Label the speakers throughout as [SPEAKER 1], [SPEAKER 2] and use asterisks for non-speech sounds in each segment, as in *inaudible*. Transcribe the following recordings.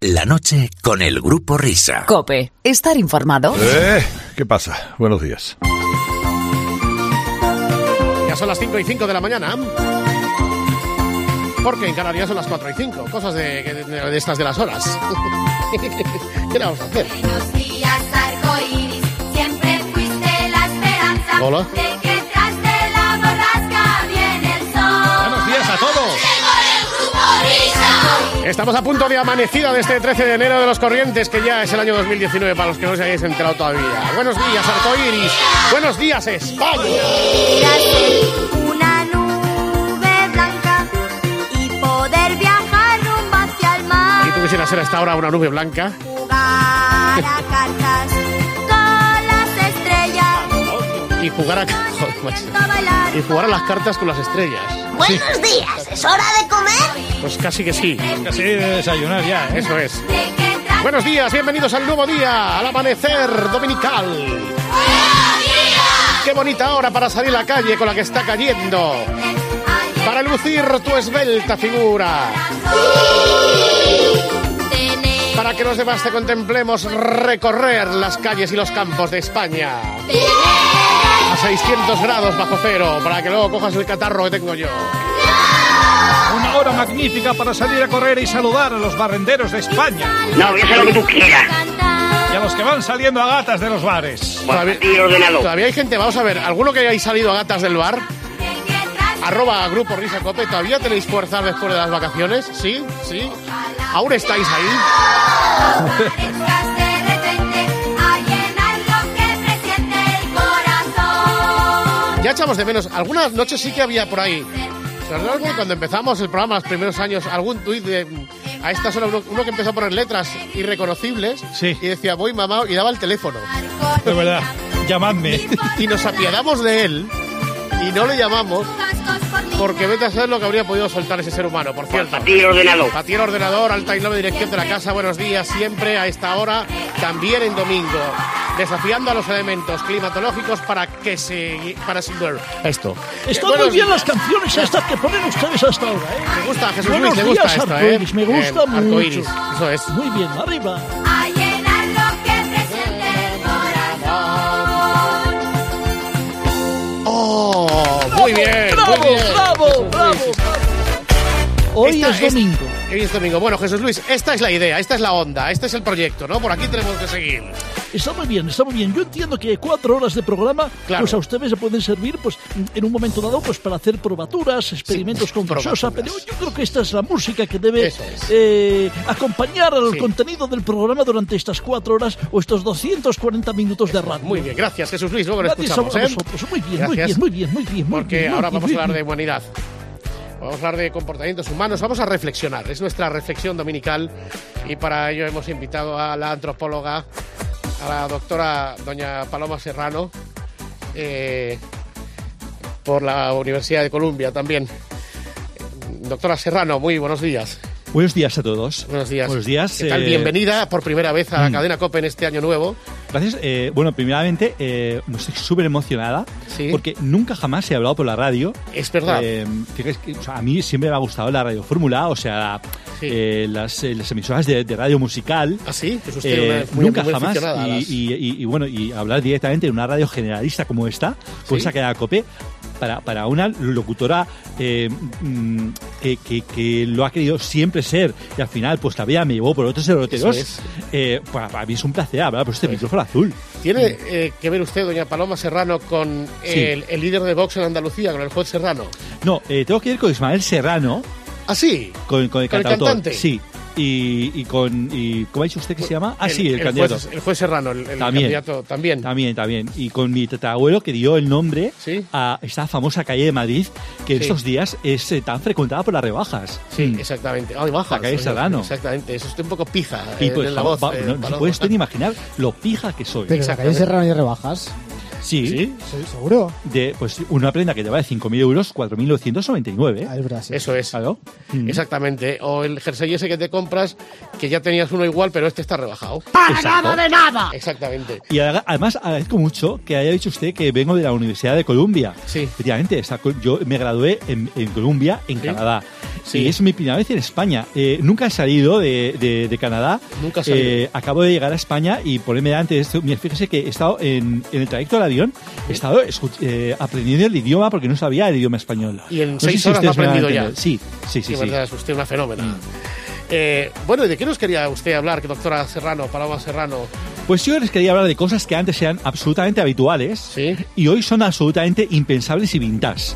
[SPEAKER 1] La noche con el grupo Risa.
[SPEAKER 2] Cope, estar informado.
[SPEAKER 3] Eh, ¿Qué pasa? Buenos días.
[SPEAKER 4] Ya son las 5 y 5 de la mañana. Porque en Canarias son las 4 y 5. Cosas de, de- de estas de las horas. *laughs* ¿Qué le vamos a hacer?
[SPEAKER 5] Buenos días, arcoíris, siempre fuiste la esperanza
[SPEAKER 4] Hola.
[SPEAKER 5] de que tras de la borrasca viene el sol.
[SPEAKER 4] Buenos días a todos.
[SPEAKER 5] Llegó el grupo Risa.
[SPEAKER 4] Estamos a punto de amanecida de este 13 de enero de los Corrientes, que ya es el año 2019 para los que no os hayáis enterado todavía. Buenos días, arcoíris. Buenos días, España.
[SPEAKER 5] Ser una nube blanca y poder viajar rumbo hacia el
[SPEAKER 4] Si
[SPEAKER 5] mar.
[SPEAKER 4] tú quisieras ser hasta ahora una nube blanca,
[SPEAKER 5] Jugar a cartas con las estrellas.
[SPEAKER 4] *laughs* y jugar a. Joder, macho.
[SPEAKER 5] Yendo a bailar.
[SPEAKER 4] Y jugar a las cartas con las estrellas.
[SPEAKER 6] Buenos días, ¿es hora de comer?
[SPEAKER 4] Pues casi que sí.
[SPEAKER 3] Casi desayunar ya,
[SPEAKER 4] Eso es.
[SPEAKER 5] De que tras
[SPEAKER 4] Buenos días, bienvenidos al nuevo día, al amanecer dominical. Qué bonita hora para salir a la calle con la que está cayendo. Para lucir tu esbelta figura.
[SPEAKER 5] tener
[SPEAKER 4] Para que los demás te contemplemos recorrer las calles y los campos de España. A 600 grados bajo cero, para que luego cojas el catarro que tengo yo.
[SPEAKER 3] Una hora magnífica para salir a correr y saludar a los barrenderos de España
[SPEAKER 7] No, voy a hacer lo que tú quieras.
[SPEAKER 5] cantar.
[SPEAKER 3] y a los que van saliendo a gatas de los bares.
[SPEAKER 4] Todavía,
[SPEAKER 7] Y ordenado.
[SPEAKER 4] todavía hay gente, vamos a ver, alguno que hayáis salido a gatas del bar,
[SPEAKER 5] De que tras
[SPEAKER 4] arroba grupo Risa Cope, ¿todavía tenéis fuerzas después de las vacaciones? ¿Sí? ¿Sí? ¿Aún estáis ahí?
[SPEAKER 5] Aparezcas de repente a llenar lo que presiente el corazón.
[SPEAKER 4] Ya echamos de menos. Algunas noches sí que había por ahí. ¿Se acuerdan que Cuando empezamos el programa, los primeros años, algún tuit de mm, a esta hora uno, uno que empezó a poner letras irreconocibles
[SPEAKER 3] Sí.
[SPEAKER 4] y decía voy mamá y daba el teléfono.
[SPEAKER 3] De verdad, llamadme.
[SPEAKER 4] *laughs* Y nos apiadamos de él y no le llamamos
[SPEAKER 5] Cascos por mi
[SPEAKER 4] porque vete a saber lo que habría podido soltar ese ser humano, por cierto.
[SPEAKER 7] A ti ordenado.
[SPEAKER 4] A ti el ordenador, alta y noble dirección de la casa, buenos días, siempre a esta hora, también en domingo. Desafiando a los elementos climatológicos para que se... para silver. Esto.
[SPEAKER 8] Están
[SPEAKER 4] Buenos
[SPEAKER 8] muy bien
[SPEAKER 4] días.
[SPEAKER 8] las canciones estas que ponen ustedes hasta ahora, ¿eh?
[SPEAKER 4] Me gusta, Jesús
[SPEAKER 8] Buenos
[SPEAKER 4] Luis, me
[SPEAKER 8] días,
[SPEAKER 4] gusta esto, ¿eh?
[SPEAKER 8] arcoíris, me gusta
[SPEAKER 4] Bien, arcoíris,
[SPEAKER 8] mucho.
[SPEAKER 4] eso es.
[SPEAKER 8] Muy bien, arriba.
[SPEAKER 5] A llenar lo que presiente el corazón.
[SPEAKER 4] ¡Oh! Muy bien,
[SPEAKER 8] ¡Bravo,
[SPEAKER 4] muy bien.
[SPEAKER 8] bravo, bravo, bravo! Hoy
[SPEAKER 4] Esta
[SPEAKER 8] es domingo.
[SPEAKER 4] Hoy es domingo. Bueno, Jesús Luis, esta es la idea, esta es la onda, este es el proyecto, ¿no? Por aquí tenemos que seguir.
[SPEAKER 8] Está muy bien, está muy bien. Yo entiendo que cuatro horas de programa,
[SPEAKER 4] Claro.
[SPEAKER 8] pues a ustedes se pueden servir, pues en un momento dado, pues para hacer probaturas, experimentos
[SPEAKER 4] Sí,
[SPEAKER 8] con gaseosa, pero
[SPEAKER 4] probaturas.
[SPEAKER 8] yo creo que esta es la música que debe
[SPEAKER 4] Eso es.
[SPEAKER 8] eh, acompañar al
[SPEAKER 4] Sí.
[SPEAKER 8] contenido del programa durante estas cuatro horas o estos 240 minutos de radio.
[SPEAKER 4] Muy bien, gracias, Jesús Luis. Luego lo
[SPEAKER 8] Gracias a
[SPEAKER 4] escuchamos, ¿eh?
[SPEAKER 8] vosotros. Muy bien, muy
[SPEAKER 4] Gracias.
[SPEAKER 8] bien, muy bien, muy bien. muy
[SPEAKER 4] Porque
[SPEAKER 8] bien, muy
[SPEAKER 4] ahora
[SPEAKER 8] bien,
[SPEAKER 4] vamos a
[SPEAKER 8] muy
[SPEAKER 4] hablar de
[SPEAKER 8] bien.
[SPEAKER 4] humanidad. Vamos a hablar de comportamientos humanos, vamos a reflexionar. Es nuestra reflexión dominical y para ello hemos invitado a la antropóloga, a la doctora doña Paloma Serrano, eh, por la Universidad de Columbia también. Doctora Serrano, muy buenos días.
[SPEAKER 9] Buenos días a todos.
[SPEAKER 4] Buenos días.
[SPEAKER 9] Buenos días.
[SPEAKER 4] ¿Qué tal?
[SPEAKER 9] eh, mm.
[SPEAKER 4] Bienvenida por primera vez a la cadena COPE en este año nuevo.
[SPEAKER 9] Gracias. Eh, bueno, primeramente, eh, no estoy súper emocionada
[SPEAKER 4] Sí.
[SPEAKER 9] porque nunca jamás he hablado por la radio.
[SPEAKER 4] Es verdad.
[SPEAKER 9] Eh, fíjate que, o sea, a mí siempre me ha gustado la radio fórmula, o sea,
[SPEAKER 4] Sí.
[SPEAKER 9] eh, las, eh, las emisoras de, de radio musical.
[SPEAKER 4] ¿Ah, sí? Pues usted
[SPEAKER 9] Eh,
[SPEAKER 4] una- muy-
[SPEAKER 9] nunca
[SPEAKER 4] muy
[SPEAKER 9] jamás
[SPEAKER 4] aficionada a
[SPEAKER 9] y,
[SPEAKER 4] las-
[SPEAKER 9] y- y- y bueno y hablar directamente en una radio generalista como esta pues
[SPEAKER 4] Sí.
[SPEAKER 9] a quedar cope para, para una locutora eh, mm, que, que- que lo ha querido siempre ser y al final pues la vida me llevó por otros derroteros
[SPEAKER 4] Eso
[SPEAKER 9] eh, para, para mí es un placer hablar por este
[SPEAKER 4] Eso es.
[SPEAKER 9] micrófono azul
[SPEAKER 4] ¿Tiene eh, que ver usted, doña Paloma Serrano, con
[SPEAKER 9] Sí.
[SPEAKER 4] el, el líder de box en Andalucía, con el juez Serrano?
[SPEAKER 9] no eh, tengo que ir con Ismael Serrano
[SPEAKER 4] ¿Ah, sí?
[SPEAKER 9] con, con el
[SPEAKER 4] ¿Con el
[SPEAKER 9] cantautor
[SPEAKER 4] cantante?
[SPEAKER 9] sí y, y con y, ¿cómo ha dicho usted que se llama? ah sí el, candidato
[SPEAKER 4] Juez, el juez Serrano, el, el
[SPEAKER 9] También.
[SPEAKER 4] candidato también.
[SPEAKER 9] También, también. Y con mi tatarabuelo que dio el nombre
[SPEAKER 4] Sí.
[SPEAKER 9] a esta famosa calle de Madrid que en
[SPEAKER 4] Sí.
[SPEAKER 9] estos días es eh, tan frecuentada por las rebajas.
[SPEAKER 4] Sí,
[SPEAKER 9] Mm.
[SPEAKER 4] exactamente. Ay, baja.
[SPEAKER 9] La calle Serrano.
[SPEAKER 4] Exactamente. Eso es un poco pija eh,
[SPEAKER 9] Y pues,
[SPEAKER 4] en la voz.
[SPEAKER 9] va-
[SPEAKER 4] eh,
[SPEAKER 9] no, no
[SPEAKER 4] Paloma.
[SPEAKER 9] se puede usted ni imaginar lo pija que soy.
[SPEAKER 10] Pero en la calle
[SPEAKER 4] Exactamente.
[SPEAKER 10] Serrano hay rebajas.
[SPEAKER 9] Sí,
[SPEAKER 10] Sí, seguro.
[SPEAKER 9] De, pues una prenda que te va de 5.000 euros, 4.999.
[SPEAKER 10] Ah, es verdad, sí.
[SPEAKER 4] Eso es.
[SPEAKER 9] Claro. Mm.
[SPEAKER 4] Exactamente. O el jersey ese que te compras, que ya tenías uno igual, pero este está rebajado.
[SPEAKER 9] Exacto. Ah.
[SPEAKER 4] Exactamente.
[SPEAKER 9] Y a- además agradezco mucho que haya dicho usted que vengo de la Universidad de Colombia.
[SPEAKER 4] Sí.
[SPEAKER 9] Efectivamente, o sea, co- yo me gradué en, en Colombia, en Canadá.
[SPEAKER 4] Sí.
[SPEAKER 9] Y es mi primera vez en España. Eh, nunca he salido de, de- de Canadá.
[SPEAKER 4] Nunca has salido.
[SPEAKER 9] Eh, acabo de llegar a España y ponerme delante de esto. Mira, fíjese que he estado en, en el trayecto del avión, he estado escu- eh, aprendiendo el idioma porque no sabía el idioma español.
[SPEAKER 4] Y en
[SPEAKER 9] No sé
[SPEAKER 4] seis
[SPEAKER 9] si
[SPEAKER 4] horas lo ha
[SPEAKER 9] ustedes me van a
[SPEAKER 4] aprendido ya.
[SPEAKER 9] entender. Sí, sí, sí.
[SPEAKER 4] Sí,
[SPEAKER 9] sí. Mm.
[SPEAKER 4] verdad, es usted una fenómena. Eh, bueno, ¿y de qué nos quería usted hablar, doctora Serrano, Paloma Serrano?
[SPEAKER 9] Pues yo les quería hablar de cosas que antes eran absolutamente habituales
[SPEAKER 4] Sí.
[SPEAKER 9] y hoy son absolutamente impensables y vintage.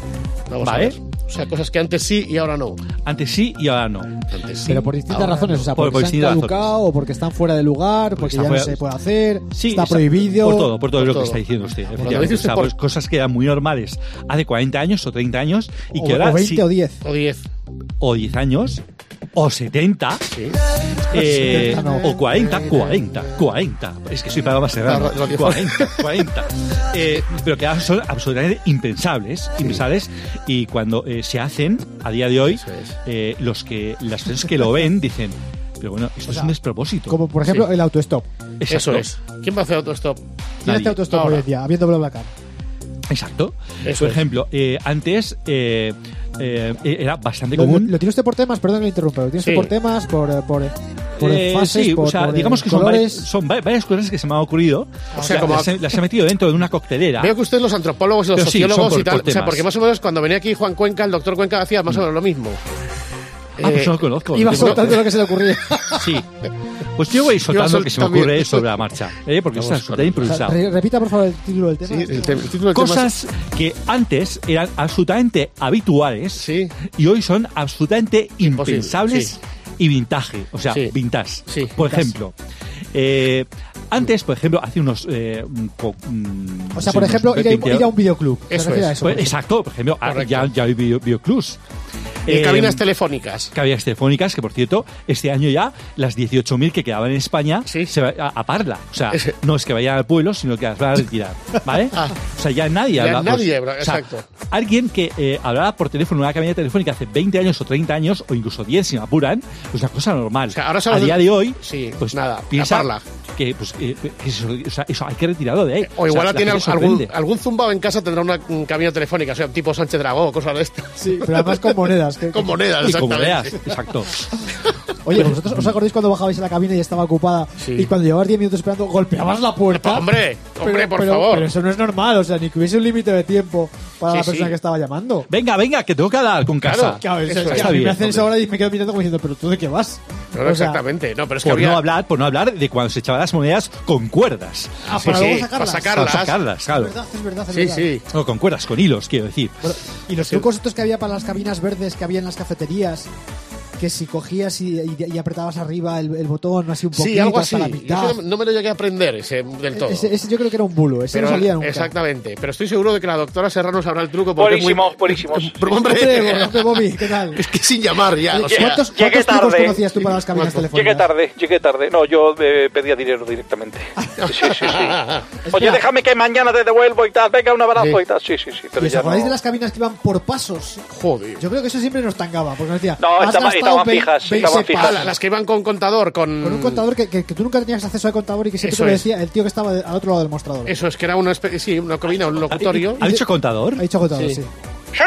[SPEAKER 4] Vamos
[SPEAKER 9] Vale.
[SPEAKER 4] a ver. O sea, cosas que antes sí y ahora no.
[SPEAKER 9] Antes sí y ahora no.
[SPEAKER 4] Antes sí.
[SPEAKER 10] Pero por distintas
[SPEAKER 4] ahora
[SPEAKER 10] razones,
[SPEAKER 4] no.
[SPEAKER 10] o sea,
[SPEAKER 9] Por-
[SPEAKER 10] porque
[SPEAKER 9] por
[SPEAKER 10] se han
[SPEAKER 9] distintas
[SPEAKER 10] caducado, o porque están fuera de lugar, porque
[SPEAKER 9] está
[SPEAKER 10] ya
[SPEAKER 9] fuera-
[SPEAKER 10] no se puede hacer,
[SPEAKER 9] Sí,
[SPEAKER 10] está prohibido.
[SPEAKER 9] Por todo, por todo
[SPEAKER 4] Por
[SPEAKER 9] lo
[SPEAKER 4] todo.
[SPEAKER 9] que está diciendo usted.
[SPEAKER 4] Cuando
[SPEAKER 9] efectivamente.
[SPEAKER 4] dices
[SPEAKER 9] O sea,
[SPEAKER 4] por-
[SPEAKER 9] pues cosas que eran muy normales hace 40 años o 30 años y
[SPEAKER 10] o,
[SPEAKER 9] que ahora
[SPEAKER 10] o 20
[SPEAKER 9] sí-
[SPEAKER 10] o 10.
[SPEAKER 4] O 10.
[SPEAKER 9] o 10 años o 70
[SPEAKER 4] Sí.
[SPEAKER 9] eh,
[SPEAKER 10] 70 no.
[SPEAKER 9] o 40, 40, 40. Es que soy para más
[SPEAKER 4] Claro, lo que- *laughs*
[SPEAKER 9] 40, 40. Eh, pero que ahora son absolutamente impensables, impensables. Y cuando eh, se hacen, a día de hoy,
[SPEAKER 4] Eso es.
[SPEAKER 9] eh, los que, las personas que lo ven dicen, pero bueno, esto es un despropósito.
[SPEAKER 10] Como por ejemplo
[SPEAKER 4] Sí.
[SPEAKER 10] el autostop.
[SPEAKER 9] Exacto.
[SPEAKER 4] Eso es. ¿Quién va a hacer autostop?
[SPEAKER 10] ¿Quién hace
[SPEAKER 9] Nadie.
[SPEAKER 10] autostop
[SPEAKER 4] Ahora.
[SPEAKER 10] hoy en día? Habiendo BlaBlaCar.
[SPEAKER 9] Exacto.
[SPEAKER 4] Eso
[SPEAKER 9] Por
[SPEAKER 4] es.
[SPEAKER 9] ejemplo, eh, antes eh, eh, era bastante
[SPEAKER 10] Lo, lo,
[SPEAKER 9] común.
[SPEAKER 10] lo tiene usted por temas, perdón que lo interrumpa, lo tiene usted
[SPEAKER 4] Sí.
[SPEAKER 10] por temas, por, eh, por, por
[SPEAKER 9] Eh,
[SPEAKER 10] fases,
[SPEAKER 9] sí,
[SPEAKER 10] por,
[SPEAKER 9] o sea,
[SPEAKER 10] por, eh,
[SPEAKER 9] digamos que son, vari-
[SPEAKER 10] colores.
[SPEAKER 9] son va- varias cosas que se me han ocurrido.
[SPEAKER 4] O sea,
[SPEAKER 9] La-
[SPEAKER 4] como-
[SPEAKER 9] las, he- las he metido dentro de una coctelera.
[SPEAKER 4] Veo que ustedes los antropólogos y los
[SPEAKER 9] Pero sí, son
[SPEAKER 4] sociólogos
[SPEAKER 9] por-
[SPEAKER 4] y tal.
[SPEAKER 9] por
[SPEAKER 4] o sea,
[SPEAKER 9] temas. Mm.
[SPEAKER 4] porque más o menos cuando venía aquí Juan Cuenca, el doctor Cuenca hacía más o menos lo mismo. Eh,
[SPEAKER 9] Ah, pues no lo conozco.
[SPEAKER 10] Iba
[SPEAKER 9] no tengo-
[SPEAKER 10] soltando lo que se le
[SPEAKER 9] *laughs*
[SPEAKER 10] ocurría.
[SPEAKER 9] Sí. Pues yo voy soltando lo que se me
[SPEAKER 4] soltando-
[SPEAKER 9] ocurre sobre la marcha. ¿eh? Porque
[SPEAKER 4] Vamos
[SPEAKER 9] está absolutamente
[SPEAKER 10] O sea,
[SPEAKER 9] improvisado.
[SPEAKER 10] re- repita por favor el título del
[SPEAKER 4] Sí,
[SPEAKER 10] tema.
[SPEAKER 4] el, te- el título del tema es-
[SPEAKER 9] Cosas que antes eran absolutamente habituales
[SPEAKER 4] Sí.
[SPEAKER 9] y hoy son absolutamente
[SPEAKER 4] Imposible,
[SPEAKER 9] impensables
[SPEAKER 4] sí.
[SPEAKER 9] y vintage. O sea,
[SPEAKER 4] Sí.
[SPEAKER 9] vintage.
[SPEAKER 4] Sí,
[SPEAKER 9] por
[SPEAKER 4] vintage.
[SPEAKER 9] ejemplo. eh, antes, por ejemplo, hace unos. eh, un po- mm,
[SPEAKER 10] o sea,
[SPEAKER 9] no
[SPEAKER 10] por
[SPEAKER 9] sé,
[SPEAKER 10] ejemplo,
[SPEAKER 9] unos
[SPEAKER 10] ir a,
[SPEAKER 9] 20
[SPEAKER 10] ir a un videoclub. ¿Se
[SPEAKER 4] Eso
[SPEAKER 10] refiere a
[SPEAKER 4] es.
[SPEAKER 9] Pues, exacto, por ejemplo, ah,
[SPEAKER 4] Correcto.
[SPEAKER 9] ya, ya hay bio- bioclubs.
[SPEAKER 4] Y
[SPEAKER 9] Eh,
[SPEAKER 4] cabinas telefónicas.
[SPEAKER 9] Cabinas telefónicas, que por cierto, este año ya las 18.000 que quedaban en España
[SPEAKER 4] Sí.
[SPEAKER 9] se va a, a Parla. O sea, no es que vayan al pueblo, sino que las van a retirar.
[SPEAKER 4] *laughs*
[SPEAKER 9] ¿Vale?
[SPEAKER 4] Ah.
[SPEAKER 9] O sea, ya nadie
[SPEAKER 4] Ya
[SPEAKER 9] habla. pues,
[SPEAKER 4] nadie,
[SPEAKER 9] o sea,
[SPEAKER 4] exacto.
[SPEAKER 9] alguien que eh, hablaba por teléfono en una cabina telefónica hace 20 años o 30 años, o incluso 10 si me apuran, es una cosa normal.
[SPEAKER 4] sea, ahora solo-
[SPEAKER 9] a día de hoy,
[SPEAKER 4] Sí,
[SPEAKER 9] pues
[SPEAKER 4] nada,
[SPEAKER 9] piensa
[SPEAKER 4] a Parla.
[SPEAKER 9] Que, pues, que- que eso, o sea, eso hay que retirarlo de ahí.
[SPEAKER 4] O igual
[SPEAKER 9] sea,
[SPEAKER 4] tiene
[SPEAKER 9] gente
[SPEAKER 4] algún,
[SPEAKER 9] sorprende.
[SPEAKER 4] algún zumbado en casa tendrá una mm, cabina telefónica, o sea, tipo Sánchez Dragó o cosas de estas.
[SPEAKER 10] Sí, pero además con monedas. que-
[SPEAKER 4] *laughs* Con monedas,
[SPEAKER 9] Y como
[SPEAKER 4] exactamente.
[SPEAKER 9] veas, exacto.
[SPEAKER 10] Oye, ¿vosotros os acordáis cuando bajabais a la cabina y estaba ocupada?
[SPEAKER 4] Sí.
[SPEAKER 10] Y cuando llevabas 10 minutos esperando, golpeabas la puerta.
[SPEAKER 4] Hombre, hombre,
[SPEAKER 10] Pero-
[SPEAKER 4] por
[SPEAKER 10] pero-
[SPEAKER 4] favor.
[SPEAKER 10] Pero eso no es normal, o sea, ni que hubiese un límite de tiempo para
[SPEAKER 4] Sí,
[SPEAKER 10] la persona
[SPEAKER 4] sí.
[SPEAKER 10] que estaba llamando.
[SPEAKER 9] Venga, venga, que tengo que hablar con
[SPEAKER 4] Claro,
[SPEAKER 9] casa.
[SPEAKER 10] Claro, o sea,
[SPEAKER 4] Eso
[SPEAKER 10] es que a
[SPEAKER 4] es.
[SPEAKER 10] mí
[SPEAKER 9] Está bien,
[SPEAKER 10] me hacen eso
[SPEAKER 9] hombre.
[SPEAKER 10] ahora y me quedo mirando como diciendo, ¿pero tú de qué vas?
[SPEAKER 4] No, no,
[SPEAKER 10] O sea,
[SPEAKER 4] exactamente. No, pero es que
[SPEAKER 9] por
[SPEAKER 4] había...
[SPEAKER 9] no hablar, por no hablar de cuando se echaban las monedas con cuerdas.
[SPEAKER 10] Ah,
[SPEAKER 4] Sí,
[SPEAKER 10] para
[SPEAKER 4] sí,
[SPEAKER 10] luego
[SPEAKER 4] para
[SPEAKER 10] sacarlas.
[SPEAKER 4] sacarlas.
[SPEAKER 9] Para sacarlas,
[SPEAKER 10] Es
[SPEAKER 9] claro.
[SPEAKER 10] verdad, es verdad, es
[SPEAKER 4] Sí,
[SPEAKER 10] verdad.
[SPEAKER 4] sí.
[SPEAKER 9] No, con cuerdas, con hilos, quiero decir.
[SPEAKER 10] Bueno, y los trucos estos que había para las cabinas verdes que había en las cafeterías, que si cogías y, y- y apretabas arriba el, el botón así un poquito
[SPEAKER 4] Sí, algo así.
[SPEAKER 10] hasta la
[SPEAKER 4] Yo
[SPEAKER 10] mitad. E-,
[SPEAKER 4] eso no- no me lo llegué a aprender ese del todo.
[SPEAKER 10] Ese, ese yo creo que era un bulo, ese
[SPEAKER 4] Pero-
[SPEAKER 10] no salía nunca.
[SPEAKER 4] Exactamente. Pero estoy seguro de que la doctora Serrano sabrá el truco. Porque es muy... Pero,
[SPEAKER 10] Hombre,
[SPEAKER 4] *laughs* hombre, eh,
[SPEAKER 10] borracho, Bobby, ¿qué tal?
[SPEAKER 4] es que sin llamar ya. O sea,
[SPEAKER 10] ¿Cuántos,
[SPEAKER 11] llegué
[SPEAKER 10] cuántos trucos
[SPEAKER 11] tarde.
[SPEAKER 10] conocías tú para las cabinas telefónicas?
[SPEAKER 11] Llegué tarde, llegué tarde. No, yo eh, pedía dinero directamente. Sí, sí,
[SPEAKER 10] *laughs*
[SPEAKER 11] sí. Oye,
[SPEAKER 10] Espera.
[SPEAKER 11] déjame que mañana te devuelvo y tal. Venga, un abrazo
[SPEAKER 4] Sí.
[SPEAKER 11] y tal. Sí, sí, sí.
[SPEAKER 10] ¿Y
[SPEAKER 11] Pero
[SPEAKER 10] os
[SPEAKER 11] ya no.
[SPEAKER 10] acordáis de las cabinas que iban por pasos?
[SPEAKER 4] Joder.
[SPEAKER 10] Yo creo que eso siempre nos tangaba, porque nos decía,
[SPEAKER 11] No,
[SPEAKER 10] "Has
[SPEAKER 11] estaba-
[SPEAKER 10] gastado
[SPEAKER 11] estaban
[SPEAKER 10] vein-
[SPEAKER 11] fijas,
[SPEAKER 10] 20
[SPEAKER 11] estaban fijas.
[SPEAKER 4] Ah,
[SPEAKER 10] palos".
[SPEAKER 4] la- las que iban con contador, con...
[SPEAKER 10] Con un contador que, que- que tú nunca tenías acceso al contador y que siempre
[SPEAKER 4] Eso
[SPEAKER 10] te lo
[SPEAKER 4] es.
[SPEAKER 10] decía el tío que estaba de- al otro lado del mostrador.
[SPEAKER 4] Eso es que era una especie, sí, una cabina, un locutorio.
[SPEAKER 9] ¿Ha dicho contador?
[SPEAKER 10] Ha dicho contador,
[SPEAKER 4] Sí.
[SPEAKER 10] sí.
[SPEAKER 4] *laughs*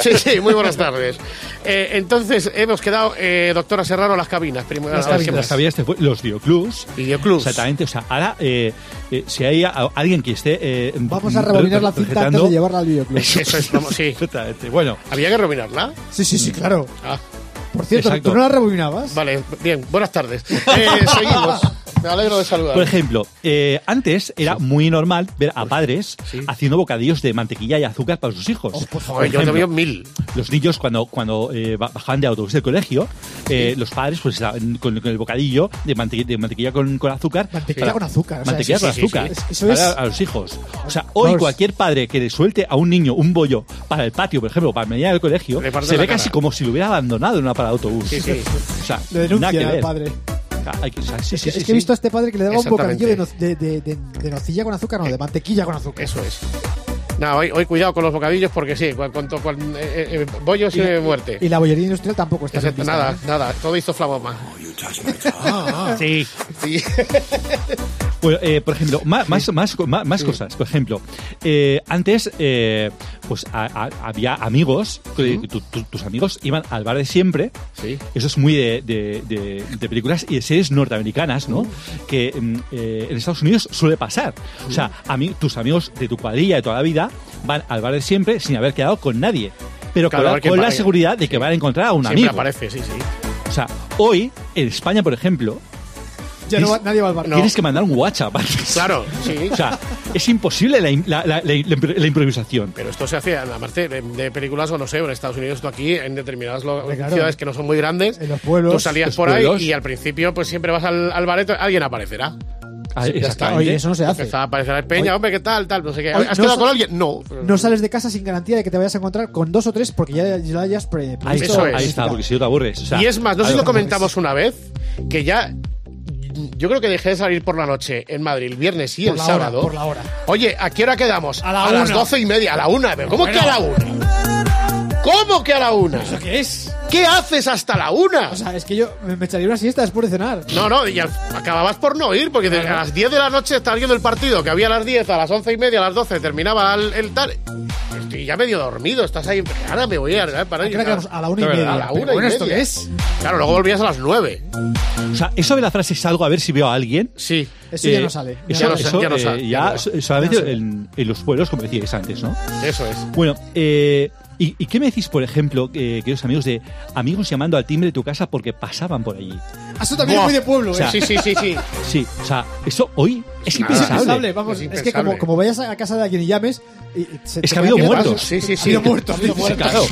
[SPEAKER 4] Sí, sí, muy buenas tardes. Eh, entonces, hemos quedado, eh, doctora Serrano, las cabinas. Primero,
[SPEAKER 9] Ah,
[SPEAKER 10] Las
[SPEAKER 4] a ver qué
[SPEAKER 10] cabinas.
[SPEAKER 9] Las
[SPEAKER 4] más.
[SPEAKER 9] cabinas de fu- este los videoclubs.
[SPEAKER 4] Videoclubs.
[SPEAKER 9] Exactamente, o sea, ahora, eh, eh, si hay a- alguien que esté. eh,
[SPEAKER 10] Vamos a rebobinar la cinta antes
[SPEAKER 9] retando-
[SPEAKER 10] de
[SPEAKER 9] *laughs*
[SPEAKER 10] llevarla al videoclub.
[SPEAKER 4] Eso es, vamos, sí.
[SPEAKER 9] Exactamente. Bueno,
[SPEAKER 4] Había que rebobinarla.
[SPEAKER 10] Sí, sí, sí, claro.
[SPEAKER 4] Ah,
[SPEAKER 10] Por cierto,
[SPEAKER 9] Exacto.
[SPEAKER 10] ¿tú no la rebobinabas?
[SPEAKER 4] vale, bien, buenas tardes. Eh, seguimos. Me alegro de saludar.
[SPEAKER 9] por ejemplo, eh, antes era muy normal ver a padres
[SPEAKER 4] Sí. Oh,
[SPEAKER 9] haciendo bocadillos de mantequilla y azúcar para sus hijos.
[SPEAKER 4] Por favor, yo te
[SPEAKER 9] ejemplo,
[SPEAKER 4] veo mil.
[SPEAKER 9] los niños cuando, cuando eh, ba- bajaban de autobús del colegio, eh, los padres pues la- con, con el bocadillo de, mante- de mantequilla con, con azúcar.
[SPEAKER 10] Mantequilla
[SPEAKER 9] eh,
[SPEAKER 10] con azúcar. o sea,
[SPEAKER 9] mantequilla
[SPEAKER 10] sí,
[SPEAKER 9] con
[SPEAKER 10] sí,
[SPEAKER 9] azúcar.
[SPEAKER 10] sí, sí. Eso es-
[SPEAKER 9] para a los hijos. O sea, hoy
[SPEAKER 10] Vamos.
[SPEAKER 9] cualquier padre que le suelte a un niño un bollo para el patio, por ejemplo, para mediar del colegio,
[SPEAKER 4] Le parte
[SPEAKER 9] se
[SPEAKER 4] la
[SPEAKER 9] ve
[SPEAKER 4] cara.
[SPEAKER 9] casi como si lo hubiera abandonado en una parada de autobús.
[SPEAKER 4] Sí, sí.
[SPEAKER 9] O sea,
[SPEAKER 10] Lo
[SPEAKER 9] nada que
[SPEAKER 10] denuncian al
[SPEAKER 9] ver.
[SPEAKER 10] padre.
[SPEAKER 9] Hay que- o sea, sí, sí,
[SPEAKER 10] es
[SPEAKER 9] sí,
[SPEAKER 10] que he
[SPEAKER 9] sí.
[SPEAKER 10] visto a este padre que le daba un bocadillo de, no- de,
[SPEAKER 4] Exactamente.
[SPEAKER 10] de- de- de nocilla con azúcar, no, de mantequilla con azúcar.
[SPEAKER 4] Eso es. Nada, hoy, hoy cuidado con los bocadillos porque sí, con, con, con- eh, eh, bollos y, muerte.
[SPEAKER 10] Y la bollería industrial tampoco está
[SPEAKER 4] Exacto,
[SPEAKER 10] bien vista,
[SPEAKER 4] nada,
[SPEAKER 10] ¿eh?
[SPEAKER 4] nada, todo hizo flamoma. *laughs* Ah,
[SPEAKER 9] Sí.
[SPEAKER 4] Sí.
[SPEAKER 9] Pues, Bueno, eh, por ejemplo, ma- más, más, co- ma- más cosas. Por ejemplo, eh, antes, eh, pues a- a- había amigos, que-
[SPEAKER 4] Ujú.
[SPEAKER 9] tu- tu- tus amigos iban al bar de siempre. Eso es muy de, de- de- de películas y de series norteamericanas, ¿no?
[SPEAKER 4] Uh.
[SPEAKER 9] Que mm, eh, en Estados Unidos suele pasar. O sea,
[SPEAKER 4] Uh.
[SPEAKER 9] a mí, tus amigos de tu cuadrilla de toda la vida van al bar de siempre sin haber quedado con nadie. Pero
[SPEAKER 4] Claro, a
[SPEAKER 9] con,
[SPEAKER 4] ver
[SPEAKER 9] la,
[SPEAKER 4] quién
[SPEAKER 9] con la
[SPEAKER 4] paga.
[SPEAKER 9] seguridad de que van a encontrar a un
[SPEAKER 4] Siempre
[SPEAKER 9] amigo.
[SPEAKER 4] aparece, sí, sí.
[SPEAKER 9] O sea, hoy, en España, por ejemplo,
[SPEAKER 10] Ya no va-
[SPEAKER 9] tienes-
[SPEAKER 10] nadie va al bar.
[SPEAKER 9] Tienes que mandar un WhatsApp. antes.
[SPEAKER 4] Claro, sí.
[SPEAKER 9] O sea, es imposible la, im- la- la- la- la improvisación.
[SPEAKER 4] Pero esto se hace, aparte de, de películas o no sé, en Estados Unidos, tú aquí, en determinadas lo-
[SPEAKER 10] Hombre, claro.
[SPEAKER 4] ciudades que no son muy grandes,
[SPEAKER 10] En los pueblos.
[SPEAKER 4] tú salías
[SPEAKER 9] los
[SPEAKER 4] por
[SPEAKER 9] pueblos.
[SPEAKER 4] ahí y al principio, pues siempre vas al, al bareto, alguien aparecerá.
[SPEAKER 9] Ah,
[SPEAKER 10] Ya está.
[SPEAKER 9] exactamente.
[SPEAKER 4] ¿eh?
[SPEAKER 10] Oye, eso no se hace.
[SPEAKER 4] Empezaba a aparecer Peña,
[SPEAKER 10] Oye.
[SPEAKER 4] hombre, ¿qué tal? tal no sé qué.
[SPEAKER 10] Oye,
[SPEAKER 4] ¿Has
[SPEAKER 10] no
[SPEAKER 4] quedado
[SPEAKER 10] sa-
[SPEAKER 4] con alguien? No.
[SPEAKER 10] No sales de casa sin garantía de que te vayas a encontrar con dos o tres porque ya, ya lo hayas pre
[SPEAKER 9] Ahí
[SPEAKER 10] previsto
[SPEAKER 4] Eso
[SPEAKER 9] está,
[SPEAKER 4] es.
[SPEAKER 9] ahí está, porque si no te aburres. o sea,
[SPEAKER 4] y es más, no sé si
[SPEAKER 9] algo-
[SPEAKER 4] lo comentamos una vez, que ya. Yo creo que dejé de salir por la noche en Madrid el viernes y
[SPEAKER 10] Por
[SPEAKER 4] el
[SPEAKER 10] la hora,
[SPEAKER 4] sábado.
[SPEAKER 10] por la hora.
[SPEAKER 4] Oye, ¿a qué hora quedamos?
[SPEAKER 10] A la
[SPEAKER 4] las
[SPEAKER 10] una.
[SPEAKER 4] doce y media, a la una. ¿Pero ¿Cómo que a la una? ¿Cómo que a la una?
[SPEAKER 10] ¿Qué es?
[SPEAKER 4] ¿Qué haces hasta la una?
[SPEAKER 10] Pues O sea, es que yo me, me echaría una siesta después de cenar.
[SPEAKER 4] No, no, y al- acababas por no ir, porque de- a las 10 de la noche estás viendo el partido, que había a las 10, a las 11 y media, a las 12 terminaba el, el tal. Estoy ya medio dormido, estás ahí. Ahora me voy a. ¿eh? Para
[SPEAKER 10] ¿A qué hora quedamos? A la una y
[SPEAKER 4] De verdad,
[SPEAKER 10] media.
[SPEAKER 4] A la una
[SPEAKER 10] Pero
[SPEAKER 4] y
[SPEAKER 10] bueno, ¿esto
[SPEAKER 4] media.
[SPEAKER 10] qué es?
[SPEAKER 4] Claro, luego volvías a las 9.
[SPEAKER 9] o sea, eso de la frase salgo a ver si veo a alguien. Eh,
[SPEAKER 4] Sí.
[SPEAKER 10] Eso ya no sale.
[SPEAKER 9] Eso,
[SPEAKER 4] Ya no sa-
[SPEAKER 9] eso,
[SPEAKER 4] ya no
[SPEAKER 9] eh,
[SPEAKER 4] sa-
[SPEAKER 9] ya
[SPEAKER 4] ya no
[SPEAKER 9] so- solamente
[SPEAKER 10] Ya no sale.
[SPEAKER 9] en, en los pueblos, como decíais antes, ¿no?
[SPEAKER 4] Eso es.
[SPEAKER 9] Bueno, eh, ¿y, y qué me decís, por ejemplo, eh, queridos amigos, de amigos llamando al timbre de tu casa porque pasaban por allí?
[SPEAKER 10] Eso también
[SPEAKER 4] Buah.
[SPEAKER 10] es muy de pueblo, ¿eh?
[SPEAKER 9] O sea,
[SPEAKER 4] Sí, sí, sí, sí.
[SPEAKER 9] Sí, o sea, eso hoy es
[SPEAKER 4] Nada.
[SPEAKER 10] Es
[SPEAKER 9] impensable.
[SPEAKER 10] impensable, vamos.
[SPEAKER 4] Es
[SPEAKER 10] Es, que
[SPEAKER 4] impensable.
[SPEAKER 10] como, como vayas a casa de alguien y llames. y- y se-
[SPEAKER 9] Es
[SPEAKER 10] te
[SPEAKER 9] que ha
[SPEAKER 10] puede
[SPEAKER 9] habido
[SPEAKER 10] pillar.
[SPEAKER 9] muertos.
[SPEAKER 4] Sí, sí,
[SPEAKER 10] Ha
[SPEAKER 4] sí.
[SPEAKER 10] habido muertos, ha habido
[SPEAKER 9] Sí,
[SPEAKER 10] muertos.
[SPEAKER 9] claro.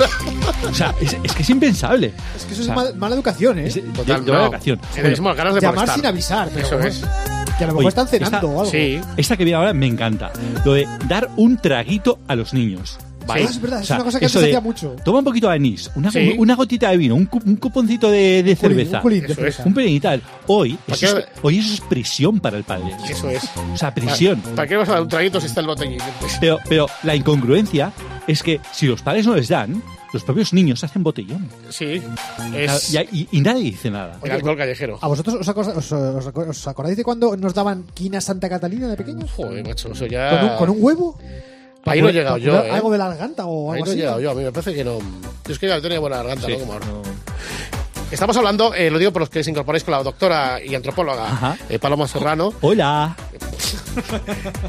[SPEAKER 9] O sea, es, es que es impensable.
[SPEAKER 10] Es que eso
[SPEAKER 9] O
[SPEAKER 10] es
[SPEAKER 9] sea,
[SPEAKER 10] mal- mala educación, ¿eh?
[SPEAKER 9] es de- de-
[SPEAKER 4] Total,
[SPEAKER 9] de
[SPEAKER 4] no.
[SPEAKER 9] vacación.
[SPEAKER 4] Sí,
[SPEAKER 9] Bueno,
[SPEAKER 4] tenemos ganas de
[SPEAKER 10] Llamar
[SPEAKER 4] molestar.
[SPEAKER 10] sin avisar, pero
[SPEAKER 4] Eso
[SPEAKER 10] bueno,
[SPEAKER 4] es.
[SPEAKER 10] Que a lo mejor
[SPEAKER 9] Oye,
[SPEAKER 10] están cenando
[SPEAKER 9] esta-
[SPEAKER 10] o algo.
[SPEAKER 4] Sí.
[SPEAKER 9] esta que viene ahora me encanta. Lo de dar un traguito a los niños.
[SPEAKER 10] Ah, es verdad, es una cosa que
[SPEAKER 9] eso
[SPEAKER 10] antes
[SPEAKER 9] de,
[SPEAKER 10] hacía mucho.
[SPEAKER 9] Toma un poquito de anís, una,
[SPEAKER 4] Sí.
[SPEAKER 9] una gotita de vino, un, cu- un cuponcito de, de
[SPEAKER 10] Un culín,
[SPEAKER 9] cerveza.
[SPEAKER 10] Un culín de
[SPEAKER 4] Eso es.
[SPEAKER 10] cerveza.
[SPEAKER 9] Un pelín y tal. Hoy
[SPEAKER 4] ¿Para
[SPEAKER 9] eso, es,
[SPEAKER 4] qué?
[SPEAKER 9] hoy eso es prisión para el padre.
[SPEAKER 4] Eso es.
[SPEAKER 9] O sea, prisión.
[SPEAKER 4] ¿Para qué vas a dar un traguito si está el botellín?
[SPEAKER 9] Pero, pero la incongruencia es que si los padres no les dan, los propios niños hacen botellón.
[SPEAKER 4] Sí. Es.
[SPEAKER 9] Y, y- y nadie dice nada.
[SPEAKER 4] El alcohol callejero.
[SPEAKER 10] ¿A vosotros os, acor- os- os acor- os acordáis de cuando nos daban quina Santa Catalina de pequeños?
[SPEAKER 4] Mm, Joder, macho, eso
[SPEAKER 10] Mm. ¿Con
[SPEAKER 4] ya.
[SPEAKER 10] un, con un huevo?
[SPEAKER 4] Ahí no he
[SPEAKER 10] ¿Para
[SPEAKER 4] llegado yo.
[SPEAKER 10] curar
[SPEAKER 4] ¿eh?
[SPEAKER 10] Algo de la garganta o
[SPEAKER 4] Ahí
[SPEAKER 10] algo
[SPEAKER 4] no he
[SPEAKER 10] así.
[SPEAKER 4] llegado yo, a mí me parece que no. Yo es que ya tenía buena garganta,
[SPEAKER 9] Sí,
[SPEAKER 4] ¿no? Como ahora.
[SPEAKER 9] no.
[SPEAKER 4] Estamos hablando, eh, lo digo por los que os incorporáis con la doctora y antropóloga
[SPEAKER 9] Ajá.
[SPEAKER 4] eh, Paloma Serrano, *laughs*
[SPEAKER 9] Hola.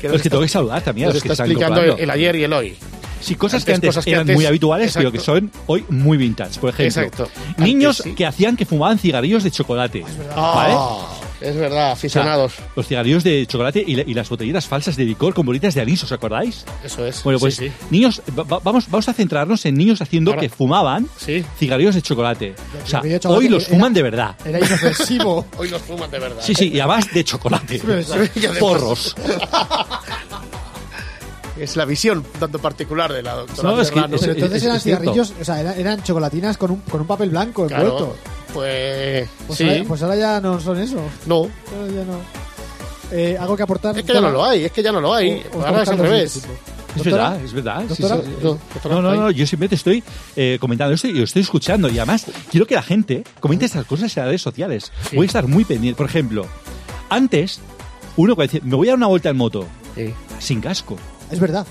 [SPEAKER 9] Los que tengo que saludar también, a
[SPEAKER 4] nos
[SPEAKER 9] los que
[SPEAKER 4] está
[SPEAKER 9] están
[SPEAKER 4] explicando el,
[SPEAKER 9] comprando.
[SPEAKER 4] el ayer y el hoy.
[SPEAKER 9] Sí, cosas
[SPEAKER 4] Antes,
[SPEAKER 9] que antes
[SPEAKER 4] cosas que
[SPEAKER 9] eran
[SPEAKER 4] antes-
[SPEAKER 9] muy habituales, pero que
[SPEAKER 4] exacto.
[SPEAKER 9] son hoy muy vintage. Por ejemplo,
[SPEAKER 4] Exacto. Antes
[SPEAKER 9] niños
[SPEAKER 4] sí.
[SPEAKER 9] que hacían que fumaban cigarrillos de chocolate. ¿vale?
[SPEAKER 4] Ah, es verdad,
[SPEAKER 9] O sea,
[SPEAKER 4] aficionados.
[SPEAKER 9] los cigarrillos de chocolate y, la- y las botellitas falsas de licor con bolitas de anís, ¿os acordáis?
[SPEAKER 4] Eso es.
[SPEAKER 9] Bueno, pues
[SPEAKER 4] Sí, sí.
[SPEAKER 9] niños, va- va- vamos, vamos a centrarnos en niños haciendo
[SPEAKER 4] Ahora-
[SPEAKER 9] que fumaban
[SPEAKER 4] Sí.
[SPEAKER 9] cigarrillos de chocolate. O sea,
[SPEAKER 10] cigarrillo de chocolate
[SPEAKER 9] hoy los
[SPEAKER 10] era-
[SPEAKER 9] fuman de verdad.
[SPEAKER 10] Era
[SPEAKER 4] *laughs*
[SPEAKER 10] inofensivo.
[SPEAKER 4] Hoy los fuman de verdad.
[SPEAKER 9] Sí, sí, y además de chocolate.
[SPEAKER 4] *laughs* Y además-
[SPEAKER 9] Porros.
[SPEAKER 4] ¿eh? Es la visión tanto particular de la doctora
[SPEAKER 9] No, es que-
[SPEAKER 4] Serrano.
[SPEAKER 9] es-
[SPEAKER 10] Pero
[SPEAKER 9] es-
[SPEAKER 10] entonces
[SPEAKER 9] es-
[SPEAKER 10] eran
[SPEAKER 9] es cierto.
[SPEAKER 10] cigarrillos, o sea, era- eran chocolatinas con un, con un papel blanco
[SPEAKER 4] claro.
[SPEAKER 10] envuelto.
[SPEAKER 4] Pues,
[SPEAKER 10] Pues,
[SPEAKER 4] sí.
[SPEAKER 10] ahora, pues ahora ya no son eso.
[SPEAKER 4] no.
[SPEAKER 10] Ahora ya no. Eh, ¿Algo que aportar?
[SPEAKER 4] Es que ya no lo hay, es que ya no lo hay.
[SPEAKER 10] O- o
[SPEAKER 4] Ahora es al
[SPEAKER 10] cortarlos de
[SPEAKER 4] revés.
[SPEAKER 10] este tipo.
[SPEAKER 9] Es
[SPEAKER 10] Doctora,
[SPEAKER 9] verdad, es verdad. sí,
[SPEAKER 10] doctora,
[SPEAKER 9] sí, sí.
[SPEAKER 4] no, doctora,
[SPEAKER 9] No, no,
[SPEAKER 4] ahí.
[SPEAKER 9] no, yo siempre te estoy eh, comentando esto y lo estoy escuchando. Y además, quiero que la gente comente estas cosas en las redes sociales.
[SPEAKER 4] Sí.
[SPEAKER 9] Voy a estar muy pendiente. Por ejemplo, antes, uno que dice, me voy a dar una vuelta en moto,
[SPEAKER 4] Sí.
[SPEAKER 9] sin casco,
[SPEAKER 10] Es verdad.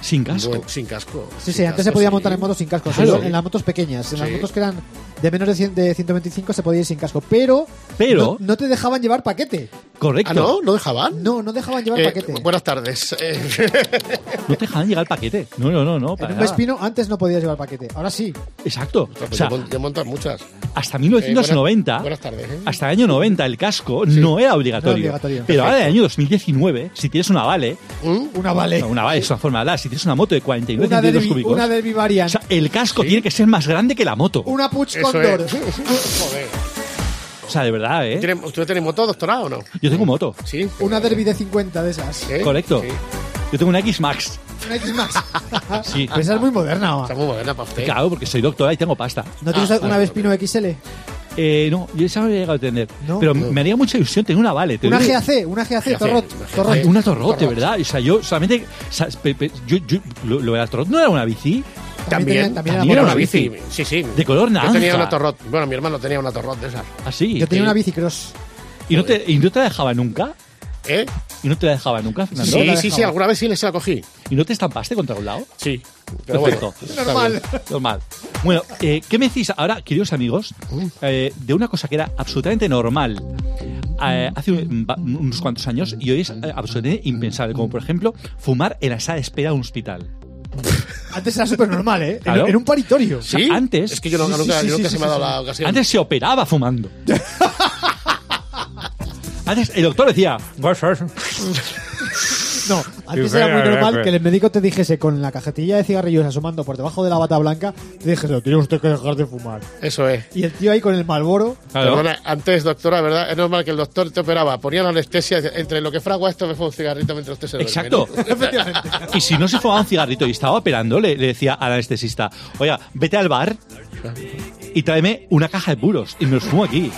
[SPEAKER 9] sin casco.
[SPEAKER 4] Bueno, sin casco.
[SPEAKER 10] Sí, sí,
[SPEAKER 4] sin
[SPEAKER 10] antes
[SPEAKER 4] casco,
[SPEAKER 10] se podía
[SPEAKER 4] sí.
[SPEAKER 10] montar en motos sin casco.
[SPEAKER 9] Claro.
[SPEAKER 10] solo en las motos pequeñas. En las
[SPEAKER 4] Sí.
[SPEAKER 10] motos que eran de menos de, 100 de 125 se podía ir sin casco. Pero,
[SPEAKER 9] Pero-
[SPEAKER 10] no, no te dejaban llevar paquete.
[SPEAKER 9] Correcto.
[SPEAKER 4] Ah, no, no dejaban.
[SPEAKER 10] No, no dejaban llevar
[SPEAKER 4] Eh,
[SPEAKER 10] paquete.
[SPEAKER 4] buenas tardes. *laughs* Eh,
[SPEAKER 9] No te dejaban llegar el paquete. No, no, no, no.
[SPEAKER 10] en
[SPEAKER 9] para
[SPEAKER 10] un
[SPEAKER 9] nada.
[SPEAKER 10] Vespino antes no podías llevar paquete. Ahora sí.
[SPEAKER 9] Exacto. O
[SPEAKER 4] Ah. Pues
[SPEAKER 9] sea,
[SPEAKER 4] yo, mon- yo monto muchas.
[SPEAKER 9] hasta
[SPEAKER 4] Eh, buenas-
[SPEAKER 9] 1990,
[SPEAKER 4] buenas tardes, ¿eh?
[SPEAKER 9] hasta el año 90, el casco no era obligatorio.
[SPEAKER 10] No era obligatorio.
[SPEAKER 9] Pero ahora en el año 2019, si tienes una Vale,
[SPEAKER 4] ¿Mm?
[SPEAKER 10] Una vale.
[SPEAKER 9] no, una Vale es una forma de hablar, si tienes una moto de 49
[SPEAKER 10] Una
[SPEAKER 9] centímetros
[SPEAKER 10] derby,
[SPEAKER 9] cúbicos,
[SPEAKER 10] una derby
[SPEAKER 9] o
[SPEAKER 10] variant.
[SPEAKER 9] sea, el casco tiene que ser más grande que la moto.
[SPEAKER 10] una puch
[SPEAKER 4] Eso
[SPEAKER 10] condor.
[SPEAKER 4] es. *laughs* Joder.
[SPEAKER 9] O sea, de verdad, ¿eh?
[SPEAKER 4] ¿Tiene- ¿Usted tiene moto, doctora, o no?
[SPEAKER 9] Yo tengo moto.
[SPEAKER 4] Sí.
[SPEAKER 10] *laughs* Una derby de 50 de esas.
[SPEAKER 4] ¿Eh?
[SPEAKER 9] Correcto.
[SPEAKER 4] Sí.
[SPEAKER 9] Yo tengo una X-Max.
[SPEAKER 10] Una X
[SPEAKER 4] *laughs*
[SPEAKER 10] más.
[SPEAKER 9] Sí.
[SPEAKER 4] Ah,
[SPEAKER 9] pues,
[SPEAKER 10] Pero *laughs* esa es muy moderna. ¿no?
[SPEAKER 4] Está muy moderna para usted.
[SPEAKER 9] Claro, porque soy doctora y tengo pasta.
[SPEAKER 10] ¿No tienes una Vespino XL?
[SPEAKER 9] Eh, no, yo esa no he llegado a tener.
[SPEAKER 10] No.
[SPEAKER 9] Pero me haría mucha ilusión tener una Vale. te
[SPEAKER 10] Una
[SPEAKER 9] digo.
[SPEAKER 10] GAC, una GAC, Torrot.
[SPEAKER 4] una GAC.
[SPEAKER 10] Torrot.
[SPEAKER 9] Una Torrot, de verdad. O sea, yo solamente. o sea, pe- pe- yo- yo- lo, lo de la Torrot no era una bici.
[SPEAKER 4] También,
[SPEAKER 10] También,
[SPEAKER 4] también,
[SPEAKER 10] también
[SPEAKER 9] era
[SPEAKER 4] era
[SPEAKER 9] moto.
[SPEAKER 4] una bici. Sí, sí.
[SPEAKER 9] De color
[SPEAKER 4] Yo
[SPEAKER 9] naranja.
[SPEAKER 4] tenía una torrot. Bueno, mi hermano tenía una torrot de esas.
[SPEAKER 9] Así. Eh,
[SPEAKER 10] Yo tenía una bicicross.
[SPEAKER 9] ¿Y no, te, ¿Y no te la dejaba nunca?
[SPEAKER 4] ¿Eh?
[SPEAKER 9] ¿Y no te la dejaba nunca, Fernando?
[SPEAKER 4] Sí, sí, sí, alguna vez sí les la cogí.
[SPEAKER 9] ¿Y no te estampaste contra un lado?
[SPEAKER 4] Sí. pero
[SPEAKER 9] Perfecto.
[SPEAKER 4] bueno, está Normal. bien.
[SPEAKER 9] Normal. Bueno, eh, ¿qué me decís ahora, queridos amigos, eh, de una cosa que era absolutamente normal eh, hace un- va- unos cuantos años y hoy es eh, absolutamente impensable? Como, por ejemplo, fumar en la sala de espera de un hospital.
[SPEAKER 10] Antes era súper normal, ¿eh? En-
[SPEAKER 9] Claro.
[SPEAKER 10] En, un paritorio.
[SPEAKER 9] O sea, antes.
[SPEAKER 4] Es que yo no- nunca- yo nunca se me ha dado la ocasión.
[SPEAKER 9] Antes se operaba fumando. antes el doctor decía.
[SPEAKER 4] *laughs*
[SPEAKER 10] No, antes era muy normal que el médico te dijese con la cajetilla de cigarrillos asomando por debajo de la bata blanca, te dijese, tiene usted que dejar de fumar.
[SPEAKER 4] Eso es.
[SPEAKER 10] Y el tío ahí con el malboro.
[SPEAKER 4] Perdona, antes, doctora, ¿verdad? Es normal que el doctor te operaba, ponía la anestesia, entre lo que fragua esto me fue un cigarrito mientras usted se duerme.
[SPEAKER 9] Exacto.
[SPEAKER 4] ¿no? *laughs* Efectivamente.
[SPEAKER 9] Y si no se fumaba un cigarrito y estaba operando, le, le decía al anestesista, oiga, vete al bar y tráeme una caja de puros y me los fumo aquí.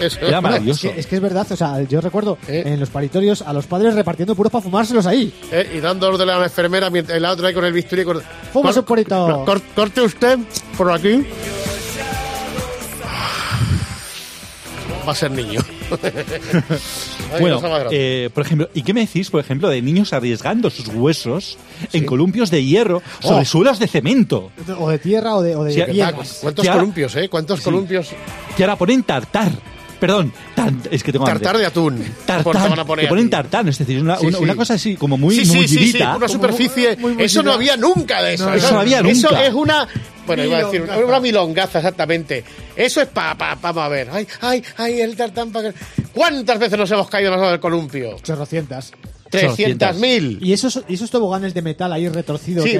[SPEAKER 4] Eso.
[SPEAKER 9] Era maravilloso.
[SPEAKER 10] Es que, es que es verdad, o sea, yo recuerdo en los paritorios a los padres repartiendo puros para fumárselos ahí.
[SPEAKER 4] Eh, Y dando orden a la enfermera mientras la otra ahí con el bisturí. Con...
[SPEAKER 10] Fuma su
[SPEAKER 4] Cor-
[SPEAKER 10] porito.
[SPEAKER 4] cor- corte usted por aquí. Va a ser niño. *laughs* Ay,
[SPEAKER 9] bueno,
[SPEAKER 4] cosa más grande.
[SPEAKER 9] eh, por ejemplo, ¿y qué me decís, por ejemplo, de niños arriesgando sus huesos en columpios de hierro sobre
[SPEAKER 10] Oh.
[SPEAKER 9] suelos de cemento?
[SPEAKER 10] O de tierra o de, o de
[SPEAKER 9] Sí, ¿verdad?
[SPEAKER 10] piedras.
[SPEAKER 4] ¿Cuántos
[SPEAKER 9] que ahora-
[SPEAKER 4] columpios, eh? ¿Cuántos
[SPEAKER 9] Sí.
[SPEAKER 4] columpios?
[SPEAKER 9] Que ahora ponen tartar. Perdón, tan- es que tengo hambre.
[SPEAKER 4] Tartar de atún. Por- te
[SPEAKER 9] Tartán,
[SPEAKER 4] van a poner
[SPEAKER 9] que ponen
[SPEAKER 4] aquí.
[SPEAKER 9] tartán, es decir, una,
[SPEAKER 4] Sí,
[SPEAKER 9] una-
[SPEAKER 4] sí.
[SPEAKER 9] una cosa así como muy
[SPEAKER 4] sí, sí, sí, sí,
[SPEAKER 9] mullidita.
[SPEAKER 4] una superficie.
[SPEAKER 10] muy- muy
[SPEAKER 4] eso no
[SPEAKER 10] mullida.
[SPEAKER 4] había nunca de eso.
[SPEAKER 10] No,
[SPEAKER 9] eso no había
[SPEAKER 4] Eso
[SPEAKER 9] nunca.
[SPEAKER 4] es una. Bueno, iba a decir una,
[SPEAKER 10] Milongaza.
[SPEAKER 4] una milongaza, exactamente. Eso es pa, pa, vamos a ver. Ay, ay, ay, el tartán. pa- ¿Cuántas veces nos hemos caído nosotros del columpio?
[SPEAKER 10] Chorrocientas.
[SPEAKER 4] 300.000.
[SPEAKER 10] Y esos, y esos toboganes de metal ahí retorcidos
[SPEAKER 4] Sí,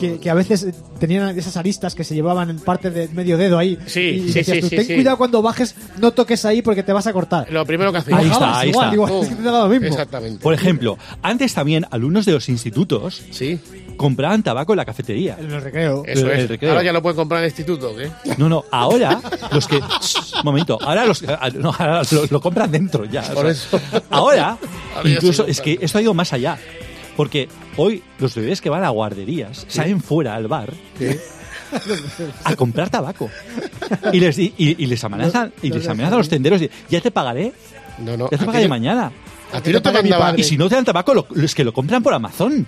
[SPEAKER 10] que- que, que a veces eh, tenían esas aristas que se llevaban en parte de medio dedo ahí.
[SPEAKER 4] Sí,
[SPEAKER 10] y
[SPEAKER 4] sí,
[SPEAKER 10] decías
[SPEAKER 4] sí,
[SPEAKER 10] tú,
[SPEAKER 4] sí,
[SPEAKER 10] ten
[SPEAKER 4] sí.
[SPEAKER 10] cuidado cuando bajes, no toques ahí porque te vas a cortar.
[SPEAKER 4] Lo primero que hacía.
[SPEAKER 9] Ahí está,
[SPEAKER 10] Bajabas
[SPEAKER 9] ahí
[SPEAKER 10] igual,
[SPEAKER 9] está.
[SPEAKER 10] igual, es que te daba lo mismo.
[SPEAKER 4] Exactamente.
[SPEAKER 9] Por ejemplo, antes también alumnos de los institutos
[SPEAKER 4] Sí,
[SPEAKER 9] compraban tabaco en la cafetería.
[SPEAKER 10] En el recreo.
[SPEAKER 4] eso
[SPEAKER 9] El- el
[SPEAKER 4] es.
[SPEAKER 9] recreo.
[SPEAKER 4] Ahora ya lo pueden comprar en el instituto, ¿qué?
[SPEAKER 9] No, no, ahora los que. Un momento, ahora los. ah, no, ahora lo, lo compran dentro ya.
[SPEAKER 4] Por eso. *laughs*
[SPEAKER 9] Ahora,
[SPEAKER 4] Ahora ya
[SPEAKER 9] incluso,
[SPEAKER 4] sí,
[SPEAKER 9] es que esto ha ido más allá. Porque hoy los bebés que van a guarderías salen fuera al bar a comprar tabaco. Y les, di- y, y les amenazan, y les amenazan los tenderos. y, Ya te pagaré,
[SPEAKER 4] No, no.
[SPEAKER 9] ya te
[SPEAKER 4] a ti
[SPEAKER 9] pagaré
[SPEAKER 4] no-
[SPEAKER 9] mañana.
[SPEAKER 4] A ti no te
[SPEAKER 10] pague mi
[SPEAKER 4] mandaban.
[SPEAKER 10] padre.
[SPEAKER 9] Y si no te dan tabaco, lo- es que lo compran por Amazon.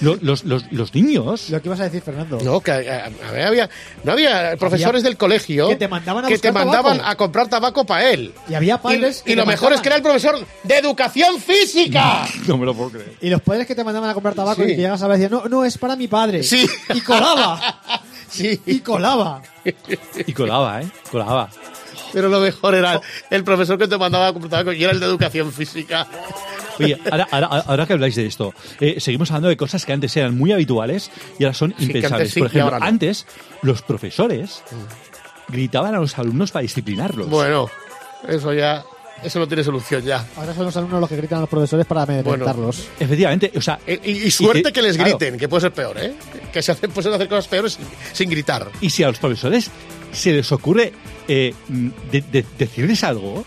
[SPEAKER 9] Lo- Los, los- los niños.
[SPEAKER 10] Lo que ibas a decir, Fernando.
[SPEAKER 4] No, que a- a ver, había, no había profesores del colegio
[SPEAKER 10] que te mandaban a
[SPEAKER 4] que te
[SPEAKER 10] buscar
[SPEAKER 4] mandaban
[SPEAKER 10] tabaco.
[SPEAKER 4] a comprar tabaco para él.
[SPEAKER 10] Y había padres
[SPEAKER 4] Y-
[SPEAKER 10] que
[SPEAKER 4] Y, lo
[SPEAKER 10] te
[SPEAKER 4] mejor
[SPEAKER 10] mandaban.
[SPEAKER 4] es que era el profesor de educación física.
[SPEAKER 9] No me lo puedo creer.
[SPEAKER 10] Y los padres que te mandaban a comprar tabaco
[SPEAKER 4] Sí.
[SPEAKER 10] y que llegas a ver y decías, no, no, es para mi padre.
[SPEAKER 4] Sí.
[SPEAKER 10] Y colaba.
[SPEAKER 4] *laughs* *laughs* Sí,
[SPEAKER 10] Y colaba.
[SPEAKER 9] Y colaba, ¿eh? Colaba.
[SPEAKER 4] pero lo mejor *laughs* era el profesor que te mandaba a comprar tabaco y era el de educación física.
[SPEAKER 9] Oye, ahora, ahora, ahora que habláis de esto, eh, seguimos hablando de cosas que antes eran muy habituales y ahora son
[SPEAKER 4] Sí, que
[SPEAKER 9] impensables.
[SPEAKER 4] antes sí,
[SPEAKER 9] Por
[SPEAKER 4] y
[SPEAKER 9] ejemplo,
[SPEAKER 4] ahora no. Mm.
[SPEAKER 9] antes los profesores gritaban a los alumnos para disciplinarlos.
[SPEAKER 4] Bueno, eso ya, eso no tiene solución ya.
[SPEAKER 10] Ahora son los alumnos los que gritan a los profesores para amedrentarlos.
[SPEAKER 9] Efectivamente, o sea...
[SPEAKER 4] Eh, Y, y- y suerte
[SPEAKER 9] te-
[SPEAKER 4] que les
[SPEAKER 9] claro,
[SPEAKER 4] griten, que puede ser peor, ¿eh? Que se hacen, pueden hacer cosas peores sin, sin gritar.
[SPEAKER 9] y si a los profesores se les ocurre eh, mm, de- de- decirles algo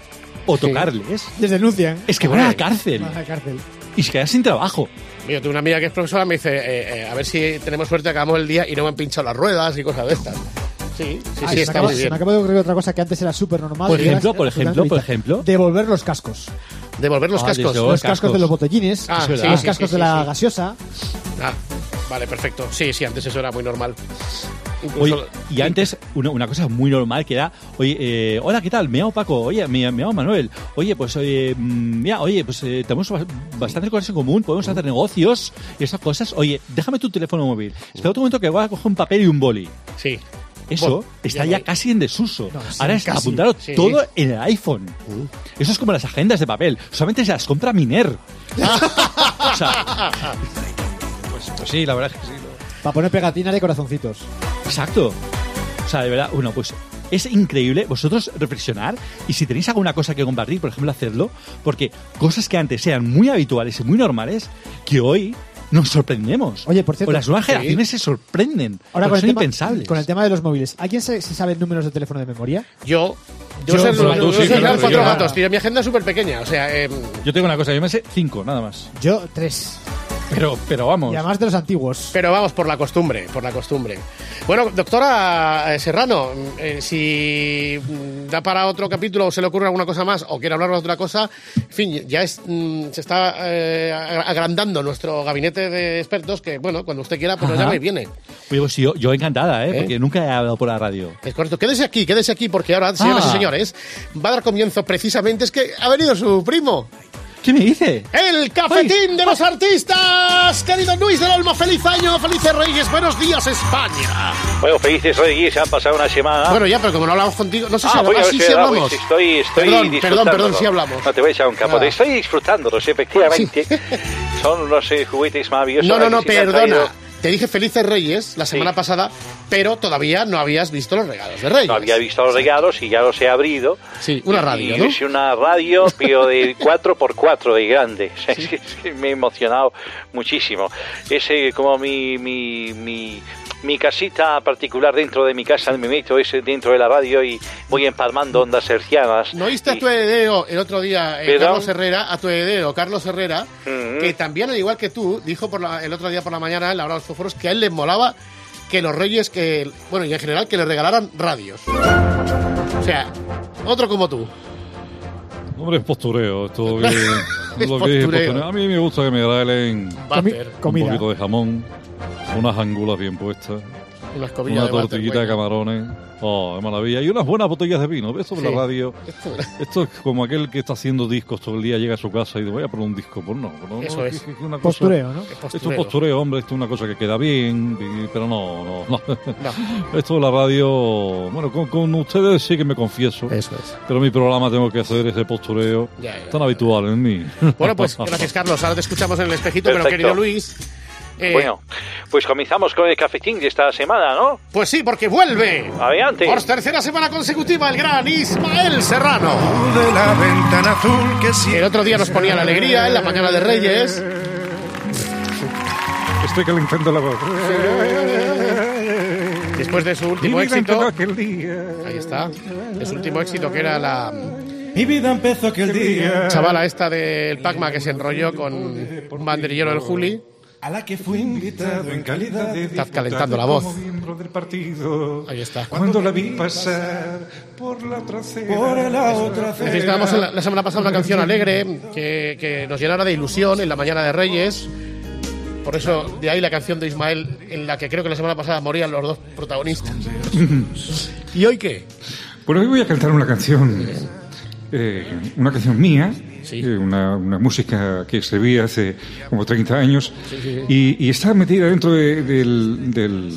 [SPEAKER 9] o tocarles,
[SPEAKER 10] Les denuncian.
[SPEAKER 9] es que van a la
[SPEAKER 4] Hombre.
[SPEAKER 9] cárcel
[SPEAKER 10] Van a la cárcel.
[SPEAKER 9] y se quedan sin trabajo.
[SPEAKER 4] Mira, tuve una amiga que es profesora, me dice, eh, eh, a ver si tenemos suerte, acabamos el día y no me han pinchado las ruedas y cosas de estas.
[SPEAKER 10] Ah,
[SPEAKER 4] Sí, sí, sí,
[SPEAKER 10] se
[SPEAKER 4] está
[SPEAKER 10] me acaba-
[SPEAKER 4] muy
[SPEAKER 10] se
[SPEAKER 4] bien.
[SPEAKER 10] me acaba de ocurrir otra cosa que antes era súper normal.
[SPEAKER 9] Por
[SPEAKER 10] y ahora
[SPEAKER 9] ejemplo,
[SPEAKER 10] es
[SPEAKER 9] por ejemplo,
[SPEAKER 10] absolutamente
[SPEAKER 9] por
[SPEAKER 10] vital.
[SPEAKER 9] ejemplo.
[SPEAKER 10] Devolver los cascos.
[SPEAKER 4] Devolver los
[SPEAKER 9] Ah,
[SPEAKER 4] cascos.
[SPEAKER 9] desde luego.
[SPEAKER 10] Los cascos
[SPEAKER 9] cascos.
[SPEAKER 10] de los botellines.
[SPEAKER 4] Ah,
[SPEAKER 9] Es verdad.
[SPEAKER 10] los
[SPEAKER 9] sí,
[SPEAKER 10] cascos
[SPEAKER 4] sí,
[SPEAKER 10] de la
[SPEAKER 4] sí.
[SPEAKER 10] gaseosa.
[SPEAKER 4] Ah, vale, perfecto. Sí, sí, antes eso era muy normal.
[SPEAKER 9] Oye,
[SPEAKER 4] Incluso-
[SPEAKER 9] y antes, una, una cosa muy normal que era, oye, eh, hola, ¿qué tal? Me llamo Paco, oye, me, me llamo Manuel, oye, pues, oye, mm, mira, oye, pues eh, tenemos bas- bastantes cosas en común, podemos hacer negocios y esas cosas, oye, déjame tu teléfono móvil, espera un momento que voy a coger un papel y un boli.
[SPEAKER 4] Sí.
[SPEAKER 9] Eso
[SPEAKER 4] Bueno,
[SPEAKER 9] está
[SPEAKER 4] ya
[SPEAKER 9] ya
[SPEAKER 4] no hay.
[SPEAKER 9] casi en desuso.
[SPEAKER 10] No, sí,
[SPEAKER 9] Ahora es
[SPEAKER 10] casi.
[SPEAKER 9] apuntarlo
[SPEAKER 4] Sí.
[SPEAKER 9] todo en el iPhone. Eso es como las agendas de papel, solamente se las compra Miner. *laughs* o sea, pues, pues sí, la verdad es que sí. lo-
[SPEAKER 10] Para poner pegatinas de corazoncitos.
[SPEAKER 9] Exacto. O sea, de verdad, bueno, pues es increíble vosotros reflexionar y si tenéis alguna cosa que compartir, por ejemplo, hacedlo, porque cosas que antes eran muy habituales y muy normales, que hoy nos sorprendemos.
[SPEAKER 10] Oye, por cierto,
[SPEAKER 9] O las nuevas
[SPEAKER 4] sí.
[SPEAKER 9] generaciones se sorprenden. Ahora
[SPEAKER 10] con el,
[SPEAKER 9] son
[SPEAKER 10] tema,
[SPEAKER 9] impensables.
[SPEAKER 10] con el tema de los móviles. ¿A quién se, se sabe números de teléfono de memoria?
[SPEAKER 4] Yo. Yo,
[SPEAKER 9] Yo,
[SPEAKER 4] sé,
[SPEAKER 9] bueno,
[SPEAKER 4] yo-
[SPEAKER 9] tú
[SPEAKER 4] yo
[SPEAKER 9] sí,
[SPEAKER 4] sé los
[SPEAKER 9] claro, yo
[SPEAKER 4] cuatro
[SPEAKER 9] nada.
[SPEAKER 4] gatos, tío. Mi agenda es súper pequeña. O sea, em,
[SPEAKER 9] Yo tengo una cosa, yo me sé cinco, nada más.
[SPEAKER 10] Yo, tres.
[SPEAKER 9] Pero, pero vamos.
[SPEAKER 10] Y además de los antiguos.
[SPEAKER 4] Pero vamos, por la costumbre, por la costumbre. Bueno, doctora eh, Serrano, eh, si mm, da para otro capítulo o se le ocurre alguna cosa más o quiere hablarnos de otra cosa, en fin, ya es, mm, se está eh, agra- agrandando nuestro gabinete de expertos que, bueno, cuando usted quiera, pues nos
[SPEAKER 9] Ajá.
[SPEAKER 4] llama y viene.
[SPEAKER 9] Oye, pues yo, yo encantada, ¿eh?
[SPEAKER 4] ¿Eh?
[SPEAKER 9] Porque nunca he hablado por la radio.
[SPEAKER 4] Es correcto. Quédese aquí, quédese aquí, porque ahora, señoras y señores, va a dar comienzo precisamente, es que ha venido su primo.
[SPEAKER 9] ¿Qué me dice?
[SPEAKER 4] El cafetín de los artistas. Querido Luis del Olmo, feliz año, felices reyes, buenos días España.
[SPEAKER 11] Bueno, felices reyes, han pasado una semana.
[SPEAKER 4] Bueno, ya, pero como no hablamos contigo, no sé si
[SPEAKER 11] Ah, voy a
[SPEAKER 4] hablamos.
[SPEAKER 11] ver
[SPEAKER 4] Sí,
[SPEAKER 11] si
[SPEAKER 4] sí
[SPEAKER 11] era-
[SPEAKER 4] hablamos.
[SPEAKER 11] uy, Ah. sí, Estoy, estoy
[SPEAKER 4] Perdón, perdón,
[SPEAKER 11] disfrutándolo.
[SPEAKER 4] perdón, sí hablamos.
[SPEAKER 11] No te voy a echar un capote.
[SPEAKER 4] Ah.
[SPEAKER 11] Estoy disfrutándolos, efectivamente. *laughs* Son unos eh, juguetes maravillosos.
[SPEAKER 4] No, no, no,
[SPEAKER 11] que se me han traído.
[SPEAKER 4] perdona. Te dije felices reyes la semana pasada, pero todavía no habías visto los regalos de reyes.
[SPEAKER 11] No había visto los regalos y ya los he abrido.
[SPEAKER 4] Sí, una radio,
[SPEAKER 11] Y
[SPEAKER 4] ¿no?
[SPEAKER 11] Es una radio,
[SPEAKER 4] *laughs*
[SPEAKER 11] pero de 4x4 de grande. *laughs* Sí, sí, Me he emocionado muchísimo. Es eh, como mi, mi, mi, mi casita particular dentro de mi casa. Me meto ese dentro de la radio y voy empalmando ondas hercianas.
[SPEAKER 4] Mm. ¿No oíste a tu edeo el otro día, eh,
[SPEAKER 11] ¿Perdón?
[SPEAKER 4] Carlos Herrera, a tu edeo, Carlos Herrera,
[SPEAKER 11] Mm.
[SPEAKER 4] que también, al igual que tú, dijo por la- el otro día por la mañana en la hora de los fósforos que a él le molaba que los reyes, que bueno, y en general, que le regalaran radios. O sea, otro como tú.
[SPEAKER 12] Hombre, es postureo. Esto
[SPEAKER 4] *laughs*
[SPEAKER 12] que,
[SPEAKER 4] Es
[SPEAKER 12] lo que
[SPEAKER 4] postureo.
[SPEAKER 12] es postureo. A mí me gusta que me regalen
[SPEAKER 4] Váter.
[SPEAKER 12] un
[SPEAKER 4] Comida.
[SPEAKER 12] poquito de jamón, unas angulas bien puestas,
[SPEAKER 4] Una escobilla
[SPEAKER 12] una
[SPEAKER 4] de váter,
[SPEAKER 12] tortillita de
[SPEAKER 4] bueno.
[SPEAKER 12] camarones. Oh, qué maravilla. Y unas buenas botellas de vino. Esto de
[SPEAKER 4] Sí.
[SPEAKER 12] la radio. Esto es como aquel que está haciendo discos todo el día, llega a su casa y dice, voy a poner un disco. Pues no, no, no,
[SPEAKER 4] Eso es.
[SPEAKER 12] una cosa-
[SPEAKER 10] Pues, Postureo, ¿no?
[SPEAKER 12] Esto es postureo, hombre, esto es una cosa que queda bien, y- pero no, no, no.
[SPEAKER 4] No.
[SPEAKER 12] *laughs* Esto de la radio, bueno, con, con ustedes sí que me confieso.
[SPEAKER 4] Eso es.
[SPEAKER 12] Pero mi programa tengo que hacer ese postureo
[SPEAKER 4] Ya, ya,
[SPEAKER 12] tan habitual en mí.
[SPEAKER 4] Bueno, pues gracias, Carlos. Ahora te escuchamos en el espejito,
[SPEAKER 11] Perfecto.
[SPEAKER 4] pero querido Luis. eh,
[SPEAKER 11] Bueno, pues comenzamos con el cafetín de esta semana, ¿no?
[SPEAKER 4] Pues sí, porque vuelve.
[SPEAKER 11] Adelante.
[SPEAKER 4] Por tercera semana consecutiva, el gran Ismael Serrano. El otro día nos ponía la alegría en la mañana de Reyes.
[SPEAKER 12] Estoy que le encendo la voz.
[SPEAKER 4] Después de su último
[SPEAKER 12] Mi vida
[SPEAKER 4] éxito.
[SPEAKER 12] empezó
[SPEAKER 4] Ahí está. De su último éxito, que era la
[SPEAKER 12] Mi vida empezó aquel día.
[SPEAKER 4] chavala esta del Pacma que se enrolló con un banderillero del Juli.
[SPEAKER 12] A la que fui invitado en calidad de
[SPEAKER 4] Estás calentando la voz.
[SPEAKER 12] miembro del partido.
[SPEAKER 4] Ahí está.
[SPEAKER 12] Cuando la vi pasar por la trasera. Por la otra
[SPEAKER 4] Necesitábamos en la, la semana pasada una canción alegre que, que nos llenara de ilusión en la mañana de Reyes. Por eso, de ahí la canción de Ismael, en la que creo que la semana pasada morían los dos protagonistas. ¿Y hoy qué?
[SPEAKER 12] Bueno, hoy voy a cantar una canción, eh, una canción mía, eh, una, una música que escribí hace como 30 años y, y está metida dentro de- del, del,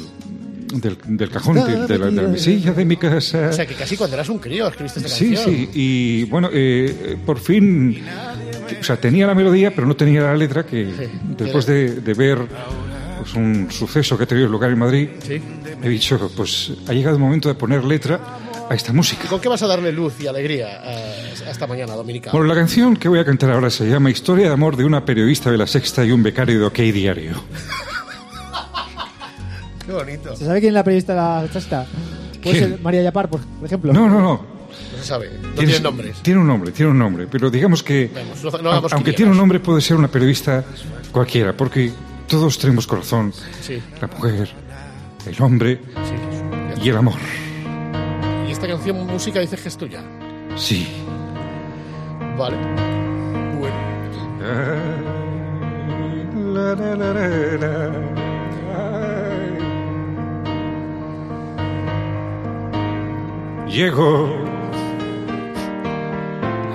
[SPEAKER 12] del- del cajón, de, de la, de la mesilla de mi casa.
[SPEAKER 4] O sea, que casi cuando eras un crío escribiste esta
[SPEAKER 12] Sí,
[SPEAKER 4] canción.
[SPEAKER 12] sí, y bueno, eh, por fin, o sea, tenía la melodía, pero no tenía la letra que después de, de ver pues, un suceso que ha tenido lugar en Madrid,
[SPEAKER 4] Sí.
[SPEAKER 12] he dicho, pues ha llegado el momento de poner letra a esta música.
[SPEAKER 4] ¿Y ¿Con qué vas a darle luz y alegría a, a esta mañana, Dominica?
[SPEAKER 12] Bueno, la canción que voy a cantar ahora se llama Historia de amor de una periodista de la Sexta y un becario de OK Diario.
[SPEAKER 4] Qué bonito.
[SPEAKER 10] ¿Se sabe quién es la periodista de la sexta? Puede
[SPEAKER 12] ¿Quién?
[SPEAKER 10] ser María Yapar, por por ejemplo.
[SPEAKER 12] No, no, no.
[SPEAKER 4] No se sabe. No
[SPEAKER 12] Tiene-
[SPEAKER 4] tiene nombres.
[SPEAKER 12] Tiene un nombre, tiene un nombre, pero digamos que
[SPEAKER 4] Vamos, no- no
[SPEAKER 12] Au-
[SPEAKER 4] hagamos
[SPEAKER 12] Aunque
[SPEAKER 4] quinielas.
[SPEAKER 12] tiene un nombre, puede ser una periodista cualquiera, porque todos tenemos corazón.
[SPEAKER 4] Sí.
[SPEAKER 12] La mujer, el hombre y el amor.
[SPEAKER 4] Y esta canción, música, dices que es tuya.
[SPEAKER 12] Sí.
[SPEAKER 4] Vale. Bueno.
[SPEAKER 12] Llegó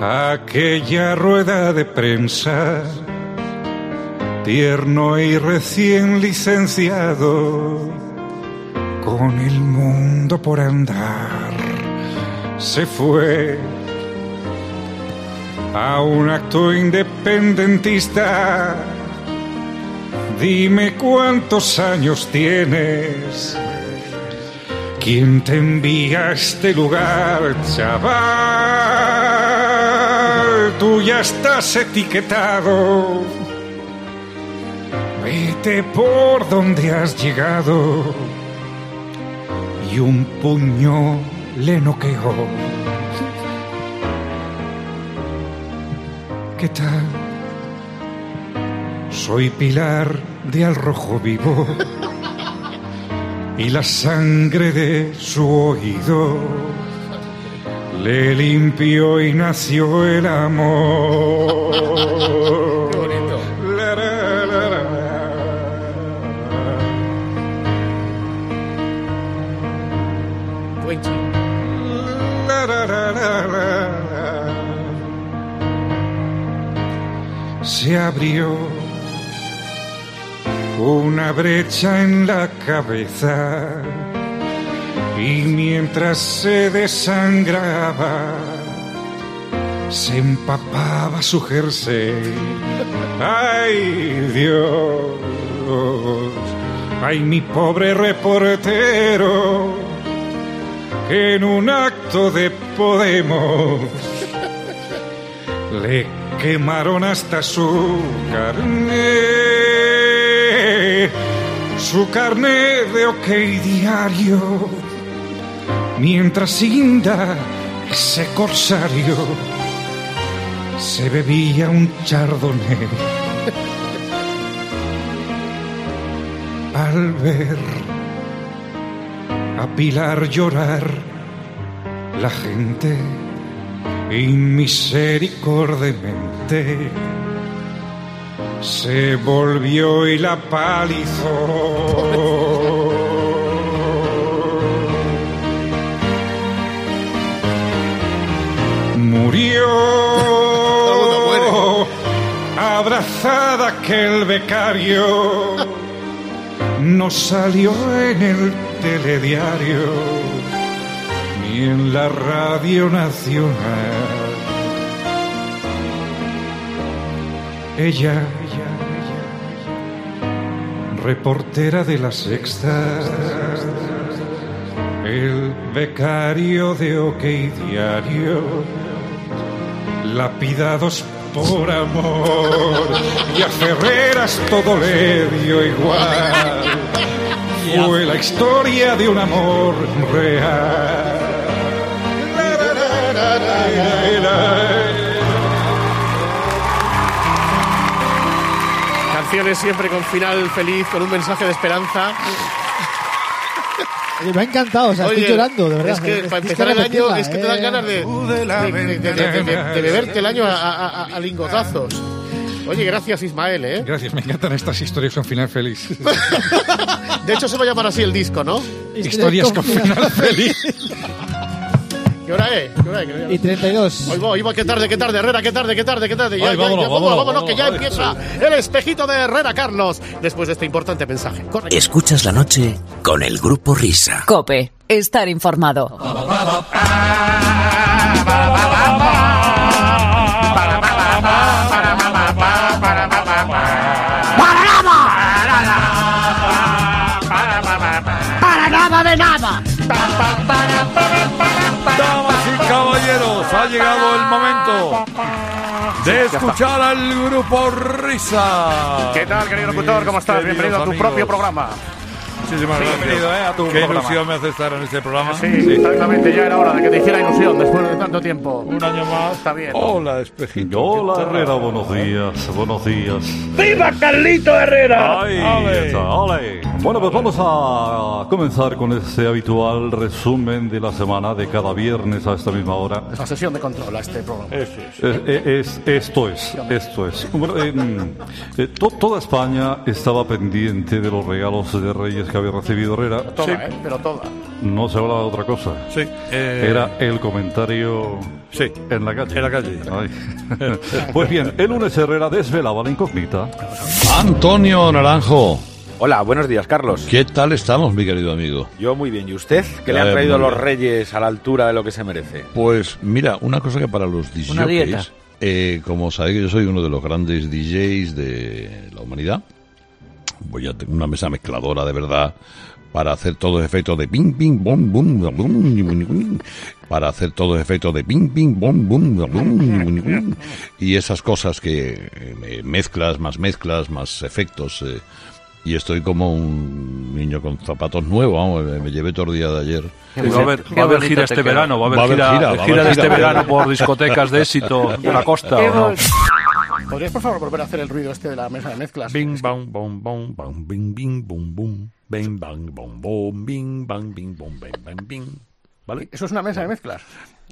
[SPEAKER 12] aquella rueda de prensa, tierno y recién licenciado, con el mundo por andar, se fue a un acto independentista. Dime cuántos años tienes. ¿Quién te envía a este lugar, chaval? Tú ya estás etiquetado. Vete por donde has llegado. Y un puño le noqueó. ¿Qué tal? Soy pilar de al rojo vivo y la sangre de su oído le limpió y nació el amor. Se abrió una brecha en la cabeza y mientras se desangraba se empapaba su jersey. ¡Ay, Dios! ¡Ay, mi pobre reportero! Que en un acto de Podemos le quemaron hasta su carne, su carne de OK diario, mientras Inda, ese corsario, se bebía un chardonnay. Al ver a Pilar llorar, la gente inmisericordemente se volvió y la palizó. Murió abrazada que el becario no salió en el telediario ni en la radio nacional. Ella, reportera de la sexta, el becario de OK Diario, lapidados por amor, y a Ferreras todo le dio igual. Fue la historia de un amor real.
[SPEAKER 4] Canciones siempre con final feliz, con un mensaje de esperanza.
[SPEAKER 10] Oye, me ha encantado, o sea,
[SPEAKER 4] Oye,
[SPEAKER 10] estoy llorando, de verdad. eh,
[SPEAKER 4] Es que para
[SPEAKER 10] Tienes
[SPEAKER 4] empezar el año
[SPEAKER 10] repetirla,
[SPEAKER 4] es que te
[SPEAKER 10] ¿eh?
[SPEAKER 4] dan ganas de, de- de- de- de- de- de beberte el año a, a- a- a lingotazos. Oye, gracias Ismael, ¿eh?
[SPEAKER 12] *laughs* Gracias, me encantan estas historias con final feliz.
[SPEAKER 4] De hecho se va a llamar así el disco, ¿no?
[SPEAKER 12] historias con final feliz.
[SPEAKER 4] ¿Qué hora es? ¿Qué hora es? ¿Qué hora es?
[SPEAKER 10] Y 32.
[SPEAKER 4] Hoy voy, hoy voy, qué tarde, qué tarde, Herrera, qué tarde, qué tarde, qué tarde. Ya,
[SPEAKER 10] Ay,
[SPEAKER 4] ya,
[SPEAKER 10] vámonos,
[SPEAKER 4] ya, vámonos,
[SPEAKER 10] vámonos,
[SPEAKER 4] vámonos, que ya
[SPEAKER 10] vámonos,
[SPEAKER 4] empieza el espejito de Herrera Carlos después de este importante mensaje. Corre.
[SPEAKER 1] Escuchas la noche con el Grupo Risa.
[SPEAKER 2] Cope, estar informado.
[SPEAKER 6] ¡Para nada! ¡Para nada de nada!
[SPEAKER 13] Damas y caballeros, ha llegado el momento de escuchar al grupo Risa.
[SPEAKER 14] ¿Qué tal, querido locutor? ¿Cómo estás?
[SPEAKER 13] Mis
[SPEAKER 14] Bienvenido a tu
[SPEAKER 13] queridos
[SPEAKER 14] propio
[SPEAKER 13] amigos.
[SPEAKER 14] programa.
[SPEAKER 13] Muchísimas gracias.
[SPEAKER 14] Bienvenido, eh, a tu
[SPEAKER 13] Qué
[SPEAKER 14] programa.
[SPEAKER 13] ilusión me hace estar en este programa.
[SPEAKER 14] Sí, exactamente, ya era hora de que te hiciera ilusión después de tanto tiempo. ¿eh? Un
[SPEAKER 13] año más.
[SPEAKER 14] Está bien.
[SPEAKER 13] Hola, espejito.
[SPEAKER 15] Hola Herrera, buenos días, buenos días.
[SPEAKER 13] ¡Viva
[SPEAKER 14] Carlito Herrera!
[SPEAKER 15] Ahí está, ole. Bueno, pues vamos a comenzar con ese habitual resumen de la semana de cada viernes a esta misma hora.
[SPEAKER 14] Es una sesión de control a este programa.
[SPEAKER 15] Eh, eh, es- esto es, esto es. Bueno, em, eh, to- toda España estaba pendiente de los regalos de Reyes que había recibido Herrera.
[SPEAKER 14] Toda, ¿eh? Pero toda.
[SPEAKER 15] No se hablaba de otra cosa.
[SPEAKER 13] Sí. eh,
[SPEAKER 15] Era el comentario en la calle. En la calle. *laughs* pues bien, el lunes Herrera desvelaba la incógnita.
[SPEAKER 13] Antonio Naranjo.
[SPEAKER 16] Hola, buenos días, Carlos.
[SPEAKER 13] ¿Qué tal estamos, mi querido amigo?
[SPEAKER 16] Yo muy bien. ¿Y usted? ¿Qué le
[SPEAKER 13] Eh,
[SPEAKER 16] han traído
[SPEAKER 13] muy
[SPEAKER 16] los
[SPEAKER 13] bien.
[SPEAKER 16] reyes a la altura de lo que se merece?
[SPEAKER 13] Pues mira, una cosa que para los DJs,
[SPEAKER 16] Una dieta.
[SPEAKER 13] eh, como sabéis que yo soy uno de los grandes DJs de la humanidad, voy a tener una mesa mezcladora de verdad para hacer todos los efectos de ping, ping, bom, bum, bum, bum, bum, bum, para hacer todos los efectos de ping, ping, bom, bum, bum, bum, bum, bum, y esas cosas que eh, mezclas, más mezclas, más efectos. eh, y estoy como un niño con zapatos nuevos, vamos, me, me llevé todo el día de ayer.
[SPEAKER 17] Qué Va a haber- bonito. va a haber Qué gira bonito este te queda. verano, va a haber gira-
[SPEAKER 13] va a
[SPEAKER 17] gira de este
[SPEAKER 13] gira.
[SPEAKER 17] verano por discotecas de éxito de la costa, ¿o no?
[SPEAKER 4] ¿Podrías, por favor, volver a hacer el ruido este de la mesa de mezclas?
[SPEAKER 14] Bing, bang, bong, bong, bang, bing, bing, bum, bum. Bing, bang, bong, bom, bing, bang, bing, bom, bing, bang, bing. ¿Vale?
[SPEAKER 4] Eso es una mesa
[SPEAKER 14] *laughs*
[SPEAKER 4] de mezclas.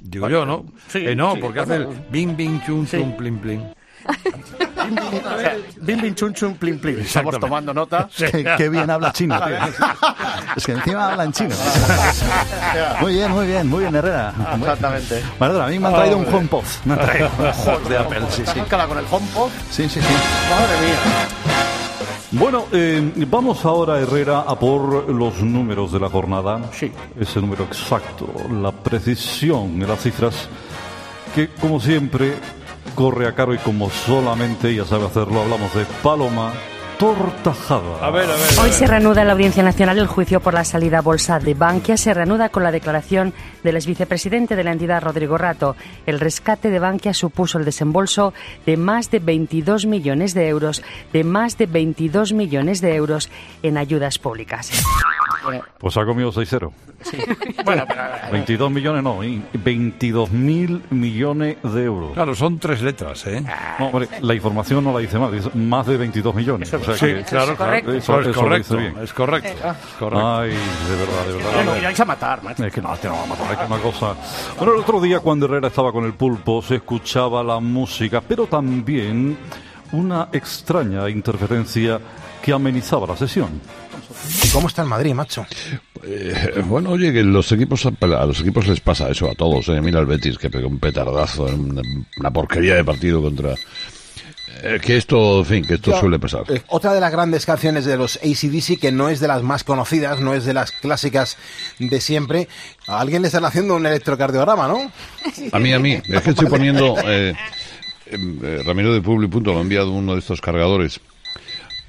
[SPEAKER 14] Digo yo, ¿no?
[SPEAKER 4] Sí,
[SPEAKER 14] Eh, no,
[SPEAKER 4] sí,
[SPEAKER 14] porque
[SPEAKER 4] por
[SPEAKER 14] hace el
[SPEAKER 4] favor.
[SPEAKER 14] bing, bing, chum,
[SPEAKER 4] Sí.
[SPEAKER 14] chum, plin, plin.
[SPEAKER 4] O sea, Bim, bim, chun, chun, plin, plin. Estamos tomando nota.
[SPEAKER 11] Qué, qué bien habla chino, tío. Es que encima habla en chino. Muy bien, muy bien, muy bien, Herrera.
[SPEAKER 4] Exactamente.
[SPEAKER 11] Maradona, a mí me han
[SPEAKER 17] Ah.
[SPEAKER 11] traído un
[SPEAKER 4] Hombre.
[SPEAKER 11] HomePod. Me han traído un HomePod de Apple, sí, sí.
[SPEAKER 4] Mezcala con el HomePod.
[SPEAKER 11] Sí, sí, sí.
[SPEAKER 4] Madre mía.
[SPEAKER 15] Bueno, eh, vamos ahora, Herrera, a por los números de la jornada. Sí. Ese número exacto, la precisión de las cifras, que como siempre corre a cargo y como solamente ella sabe hacerlo, hablamos de Paloma Tortajada.
[SPEAKER 18] Hoy se reanuda en la Audiencia Nacional el juicio por la salida a bolsa de Bankia. Se reanuda con la declaración del exvicepresidente de la entidad, Rodrigo Rato. El rescate de Bankia supuso el desembolso de más de 22 millones de euros, de más de 22 millones de euros en ayudas públicas.
[SPEAKER 15] Pues ha comido 6-0.
[SPEAKER 14] *laughs*
[SPEAKER 4] Bueno, pero,
[SPEAKER 14] eh,
[SPEAKER 15] 22 millones, no, 22 mil millones de euros.
[SPEAKER 14] Claro, son tres letras, ¿eh?
[SPEAKER 15] No, hombre, la información no la dice mal, dice más de 22 millones. O sea
[SPEAKER 14] Sí,
[SPEAKER 15] que-
[SPEAKER 14] claro, claro.
[SPEAKER 15] Eso-
[SPEAKER 14] Eso es
[SPEAKER 15] eso lo dice
[SPEAKER 14] correcto.
[SPEAKER 15] bien.
[SPEAKER 14] Es correcto. es correcto.
[SPEAKER 15] Ay, de verdad, de verdad.
[SPEAKER 4] Bueno, iráis a matar, macho.
[SPEAKER 15] Es que no, te no vamos a matar, es que una cosa. Bueno, el otro día cuando Herrera estaba con el pulpo se escuchaba la música, pero también una extraña interferencia que amenizaba la sesión.
[SPEAKER 19] ¿Cómo está el Madrid, macho?
[SPEAKER 13] Eh, bueno, oye, que los equipos, a los equipos les pasa eso a todos. ¿eh? Mira el Betis que pegó un petardazo en una, una porquería de partido contra. eh, que esto, en fin, que esto
[SPEAKER 19] Yo-
[SPEAKER 13] suele pasar.
[SPEAKER 19] Eh, Otra de las grandes canciones de los ACDC, que no es de las más conocidas, no es de las clásicas de siempre. A alguien le están haciendo un electrocardiograma, ¿no?
[SPEAKER 13] A mí, a mí. Es que estoy poniendo. eh, em, eh, Ramiro de Publi Punto me ha enviado uno de estos cargadores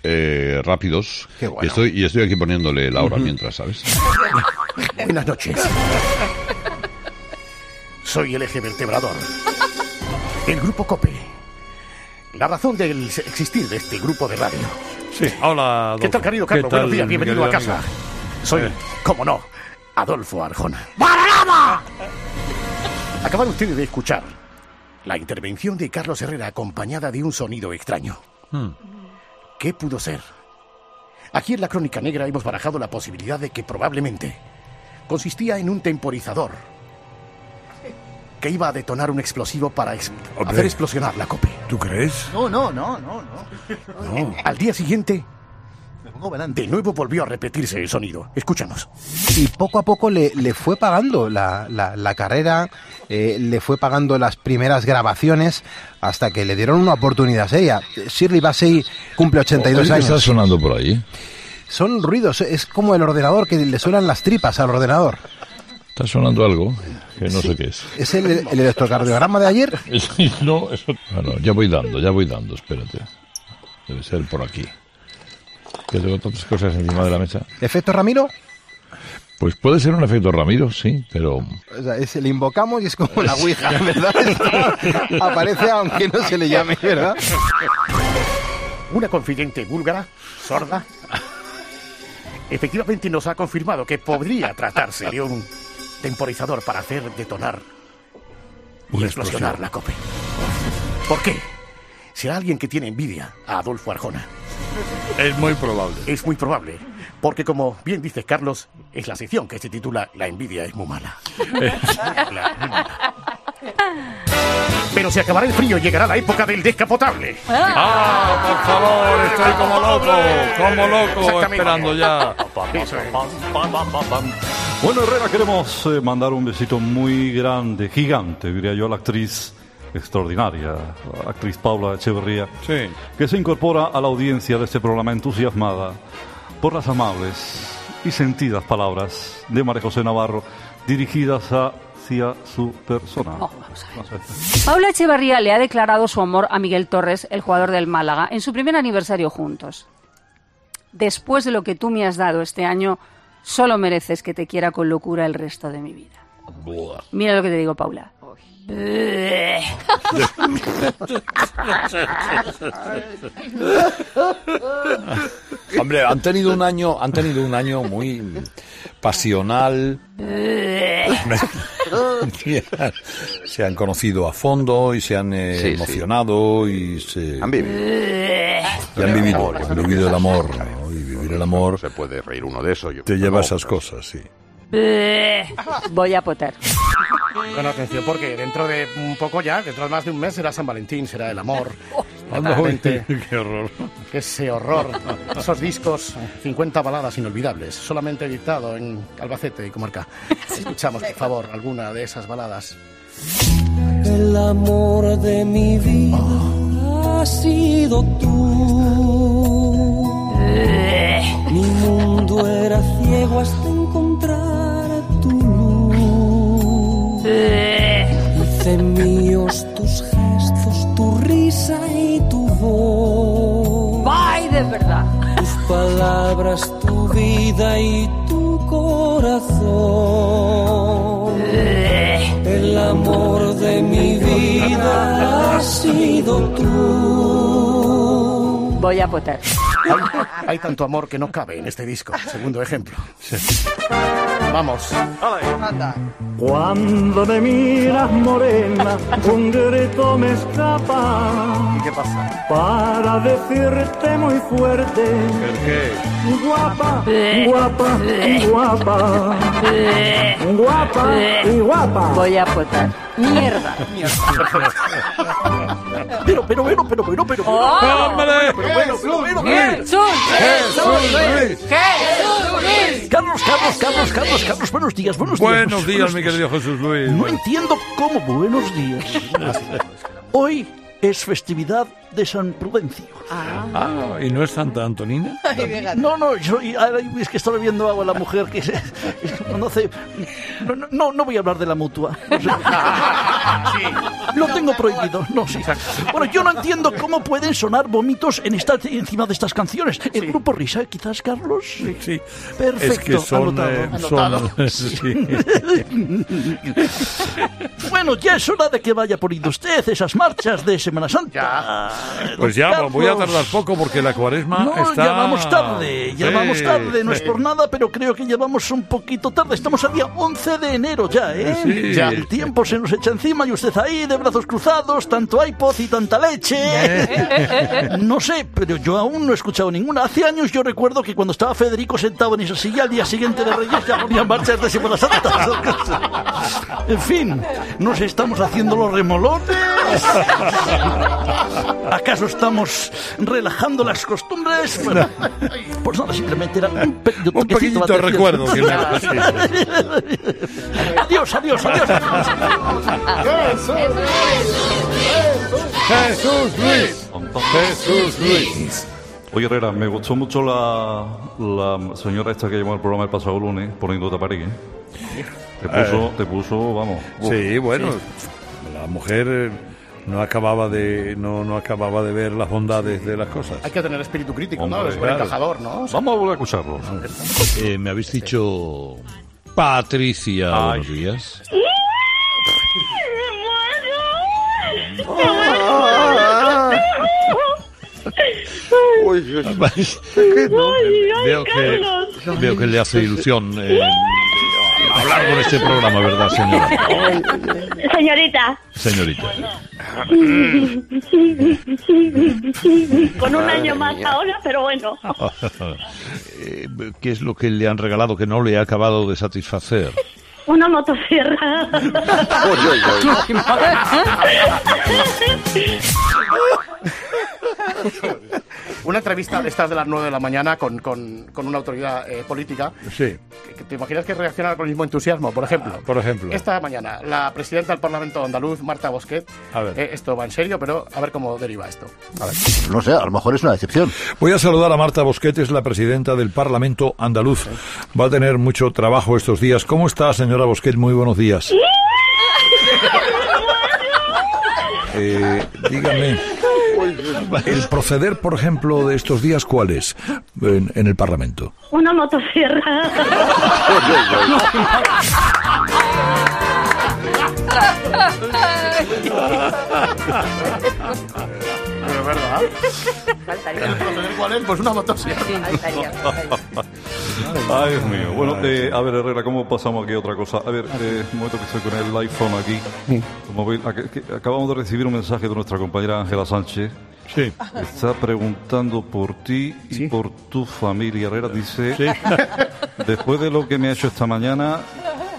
[SPEAKER 13] eh, rápidos. y, estoy, y estoy aquí poniéndole la hora mientras, ¿sabes?
[SPEAKER 4] Buenas noches. Soy el eje vertebrador. El grupo COPE. La razón del existir de este grupo de radio.
[SPEAKER 14] Sí, hola.
[SPEAKER 4] ¿Qué tal,
[SPEAKER 14] Adolfo.
[SPEAKER 4] querido Carlos?
[SPEAKER 14] ¿Qué tal,
[SPEAKER 4] Buenos días,
[SPEAKER 14] mi
[SPEAKER 4] bienvenido a
[SPEAKER 14] querido
[SPEAKER 4] casa.
[SPEAKER 14] amigo?
[SPEAKER 4] Soy, como no, Adolfo Arjona.
[SPEAKER 20] ¡Barraba!
[SPEAKER 4] Acaban ustedes de escuchar la intervención de Carlos Herrera acompañada de un sonido extraño.
[SPEAKER 14] Hmm.
[SPEAKER 4] ¿Qué pudo ser? Aquí en la Crónica Negra hemos barajado la posibilidad de que probablemente consistía en un temporizador que iba a detonar un explosivo para ex-
[SPEAKER 14] Hombre.
[SPEAKER 4] hacer explosionar la copa.
[SPEAKER 14] ¿Tú crees?
[SPEAKER 20] No, no, no, no, no.
[SPEAKER 4] Al día siguiente, de nuevo volvió a repetirse el sonido. Escúchanos.
[SPEAKER 19] Y poco a poco le, le fue pagando la, la- la carrera, eh, le fue pagando las primeras grabaciones, hasta que le dieron una oportunidad ¿eh? seria. Shirley Bassey cumple 82
[SPEAKER 13] Oye, ¿qué
[SPEAKER 19] años.
[SPEAKER 13] está sonando por ahí?
[SPEAKER 19] Son ruidos, es como el ordenador que le suenan las tripas al ordenador.
[SPEAKER 13] Está sonando algo que no sé qué es.
[SPEAKER 19] Es el, el electrocardiograma de ayer.
[SPEAKER 12] *laughs*
[SPEAKER 13] Sí, no, eso- Bueno, ya voy dando, ya voy dando, espérate. Debe ser por aquí. Que tengo tantas cosas encima de la mesa.
[SPEAKER 19] ¿Efecto Ramiro?
[SPEAKER 13] Pues puede ser un efecto Ramiro, sí, pero...
[SPEAKER 19] O sea, es- le invocamos y es como la Ouija, ¿verdad? *laughs* Esto aparece aunque no se le llame, ¿verdad?
[SPEAKER 4] Una confidente búlgara, sorda, efectivamente nos ha confirmado que podría tratarse de un temporizador para hacer detonar y explosionar la copa. ¿Por qué? Será alguien que tiene envidia a Adolfo Arjona.
[SPEAKER 14] Es muy probable.
[SPEAKER 4] Es muy probable, porque como bien dices, Carlos, es la sección que se titula La envidia es
[SPEAKER 14] *laughs*
[SPEAKER 4] muy mala. La- muy mala. Pero se acabará el frío y llegará la época del descapotable.
[SPEAKER 14] ¡Ah, por favor! Estoy como loco, como loco,
[SPEAKER 4] Exactamente.
[SPEAKER 14] esperando ya.
[SPEAKER 4] Eso es.
[SPEAKER 15] Bueno, Herrera, queremos eh, mandar un besito muy grande, gigante, diría yo, a la actriz extraordinaria, la actriz Paula Echeverría, que se incorpora a la audiencia de este programa entusiasmada por las amables y sentidas palabras de María José Navarro dirigidas hacia su persona.
[SPEAKER 21] Paula Echevarría le ha declarado su amor a Miguel Torres, el jugador del Málaga, en su primer aniversario juntos. Después de lo que tú me has dado este año, solo mereces que te quiera con locura el resto de mi vida. Mira lo que te digo, Paula.
[SPEAKER 14] Hombre,
[SPEAKER 22] han tenido un
[SPEAKER 13] *laughs*
[SPEAKER 22] año, han tenido un año muy pasional.
[SPEAKER 13] se han conocido a fondo y se han eh,
[SPEAKER 23] Sí, sí.
[SPEAKER 13] emocionado y se han y han vivido, y han vivido el amor ¿no? y vivir el amor se puede reír uno de eso te lleva esas cosas sí
[SPEAKER 21] Voy a potar.
[SPEAKER 4] Bueno, atención, porque dentro de un poco ya, dentro de más de un mes, será San Valentín, será el amor. Totalmente.
[SPEAKER 12] Qué horror.
[SPEAKER 4] Ese horror. Esos discos, 50 baladas inolvidables, solamente editado en Albacete y Comarca. Escuchamos, por favor, alguna de esas baladas.
[SPEAKER 14] El amor de mi vida ha sido tú. Mi mundo era ciego hasta encontrar tu luz. Hice míos tus gestos, tu risa y tu voz.
[SPEAKER 21] ¡Ay, de verdad!
[SPEAKER 14] Tus palabras, tu vida y tu corazón. El amor de mi vida ha sido tú.
[SPEAKER 21] Voy a potar.
[SPEAKER 4] Hay, hay tanto amor que no cabe en este disco. Segundo ejemplo. Vamos.
[SPEAKER 7] Cuando me miras morena, un grito me escapa.
[SPEAKER 4] ¿Y qué pasa?
[SPEAKER 7] Para decirte muy fuerte, guapa,
[SPEAKER 14] Eh.
[SPEAKER 7] guapa,
[SPEAKER 14] Eh.
[SPEAKER 7] guapa,
[SPEAKER 14] Eh.
[SPEAKER 7] guapa y guapa.
[SPEAKER 21] Voy a potar. Mierda.
[SPEAKER 8] Pero, pero, bueno, pero, bueno, pero.
[SPEAKER 21] ¡Oh!
[SPEAKER 8] bueno, Pero, bueno, pero, bueno, pero.
[SPEAKER 14] Jesús Luis. Jesús Luis. Jesús Luis.
[SPEAKER 8] Carlos, Carlos, Carlos, Carlos, Carlos, buenos días, buenos días.
[SPEAKER 12] Buenos días, mi querido Jesús Luis.
[SPEAKER 8] No entiendo cómo,
[SPEAKER 12] *laughs*
[SPEAKER 8] buenos días. Hoy es festividad de San Prudencio.
[SPEAKER 12] Ah, ¿y no es Santa Antonina?
[SPEAKER 8] No, no, yo, y ahora es que estoy bebiendo agua la mujer que, se- es que conoce. No, no, no, no voy a hablar de la mutua. No sé. Lo tengo prohibido. No, sí. Bueno, yo no entiendo cómo pueden sonar vómitos en esta, encima de estas canciones. El grupo Risa, quizás, Carlos. Sí,
[SPEAKER 12] sí.
[SPEAKER 8] Perfecto.
[SPEAKER 12] Es que son...
[SPEAKER 8] anotado.
[SPEAKER 12] eh,
[SPEAKER 8] Anotado.
[SPEAKER 12] son-
[SPEAKER 8] *laughs*
[SPEAKER 12] sí.
[SPEAKER 8] Bueno, ya es hora de que vaya poniendo usted esas marchas de Semana Santa.
[SPEAKER 12] Pues ya,
[SPEAKER 8] Don
[SPEAKER 12] voy a
[SPEAKER 8] Carlos.
[SPEAKER 12] tardar poco porque la cuaresma
[SPEAKER 8] No,
[SPEAKER 12] está...
[SPEAKER 8] ya vamos tarde, ya
[SPEAKER 12] Sí,
[SPEAKER 8] vamos tarde, no es
[SPEAKER 12] sí.
[SPEAKER 8] por nada, pero creo que llevamos un poquito tarde. Estamos a día 11 de enero ya, ¿eh?
[SPEAKER 12] Sí.
[SPEAKER 8] Ya. El tiempo se nos echa encima y usted ahí de brazos cruzados, tanto iPod y tanta leche. No sé, pero yo aún no he escuchado ninguna. Hace años yo recuerdo que cuando estaba Federico sentado en esa silla, al día siguiente de Reyes ya ponía marchas de Semana Santa. En fin, nos estamos haciendo los remolotes. ¿Acaso estamos relajando las costumbres? Bueno, pues nada, simplemente era un pequeño
[SPEAKER 12] Un
[SPEAKER 8] toquecito
[SPEAKER 12] pequeñito
[SPEAKER 8] de atención.
[SPEAKER 12] recuerdo que me hago, sí.
[SPEAKER 8] adiós, adiós, adiós.
[SPEAKER 12] Jesús Luis.
[SPEAKER 15] Jesús Luis. Oye, Herrera, me gustó mucho la, la señora esta que llamó al programa el pasado lunes, poniendo taparigues. Te puso,
[SPEAKER 13] Eh.
[SPEAKER 15] te puso, vamos. uf.
[SPEAKER 13] *laughs* sí bueno la mujer eh, no acababa de no, no acababa de ver las bondades de las cosas
[SPEAKER 4] Hay que tener espíritu crítico, ¿no?
[SPEAKER 13] Hombre,
[SPEAKER 4] Es buen
[SPEAKER 13] claro.
[SPEAKER 4] encajador, ¿no? O sea,
[SPEAKER 15] Vamos a volver a escucharlo.
[SPEAKER 24] Eh, me habéis dicho Patricia, buenos días. *laughs* Veo que, veo que le hace ilusión eh, hablar con este programa, ¿verdad, señora?
[SPEAKER 11] Señorita.
[SPEAKER 24] Señorita.
[SPEAKER 11] Con un
[SPEAKER 24] Madre
[SPEAKER 11] año más
[SPEAKER 24] mía.
[SPEAKER 11] ahora, pero bueno.
[SPEAKER 24] Eh, ¿Qué es lo que le han regalado que no le ha acabado de satisfacer?
[SPEAKER 11] Una motosierra.
[SPEAKER 4] Una entrevista de estas de las 9 de la mañana con, con- con una autoridad eh, política.
[SPEAKER 13] sí Ah,
[SPEAKER 4] que- ¿Te imaginas que reaccionara con el mismo entusiasmo, por ejemplo?
[SPEAKER 13] por ejemplo
[SPEAKER 4] Esta mañana, la presidenta del Parlamento andaluz, Marta Bosquet.
[SPEAKER 13] A ver.
[SPEAKER 4] eh, esto va en serio, pero a ver cómo deriva esto.
[SPEAKER 25] No sé, a lo mejor es una decepción.
[SPEAKER 13] Voy a saludar a Marta Bosquetes, la presidenta del Parlamento andaluz. Va a tener mucho trabajo estos días. ¿Cómo está, señora Bosquet? Muy buenos días. Eh, dígame, el proceder, por ejemplo, de estos días, ¿cuál es en, en el Parlamento?
[SPEAKER 11] Una motosierra.
[SPEAKER 4] Pero es verdad. ¿Cuál es? Pues una motosierra.
[SPEAKER 15] Ay, Dios mío. Bueno, eh, a ver, Herrera, ¿cómo pasamos aquí a otra cosa? A ver, eh, un momento que estoy con el iPhone aquí. Como veis, ac- que- acabamos de recibir un mensaje de nuestra compañera Ángela Sánchez. Sí. Está preguntando por ti y por tu familia. Herrera dice, *laughs* después de lo que me ha hecho esta mañana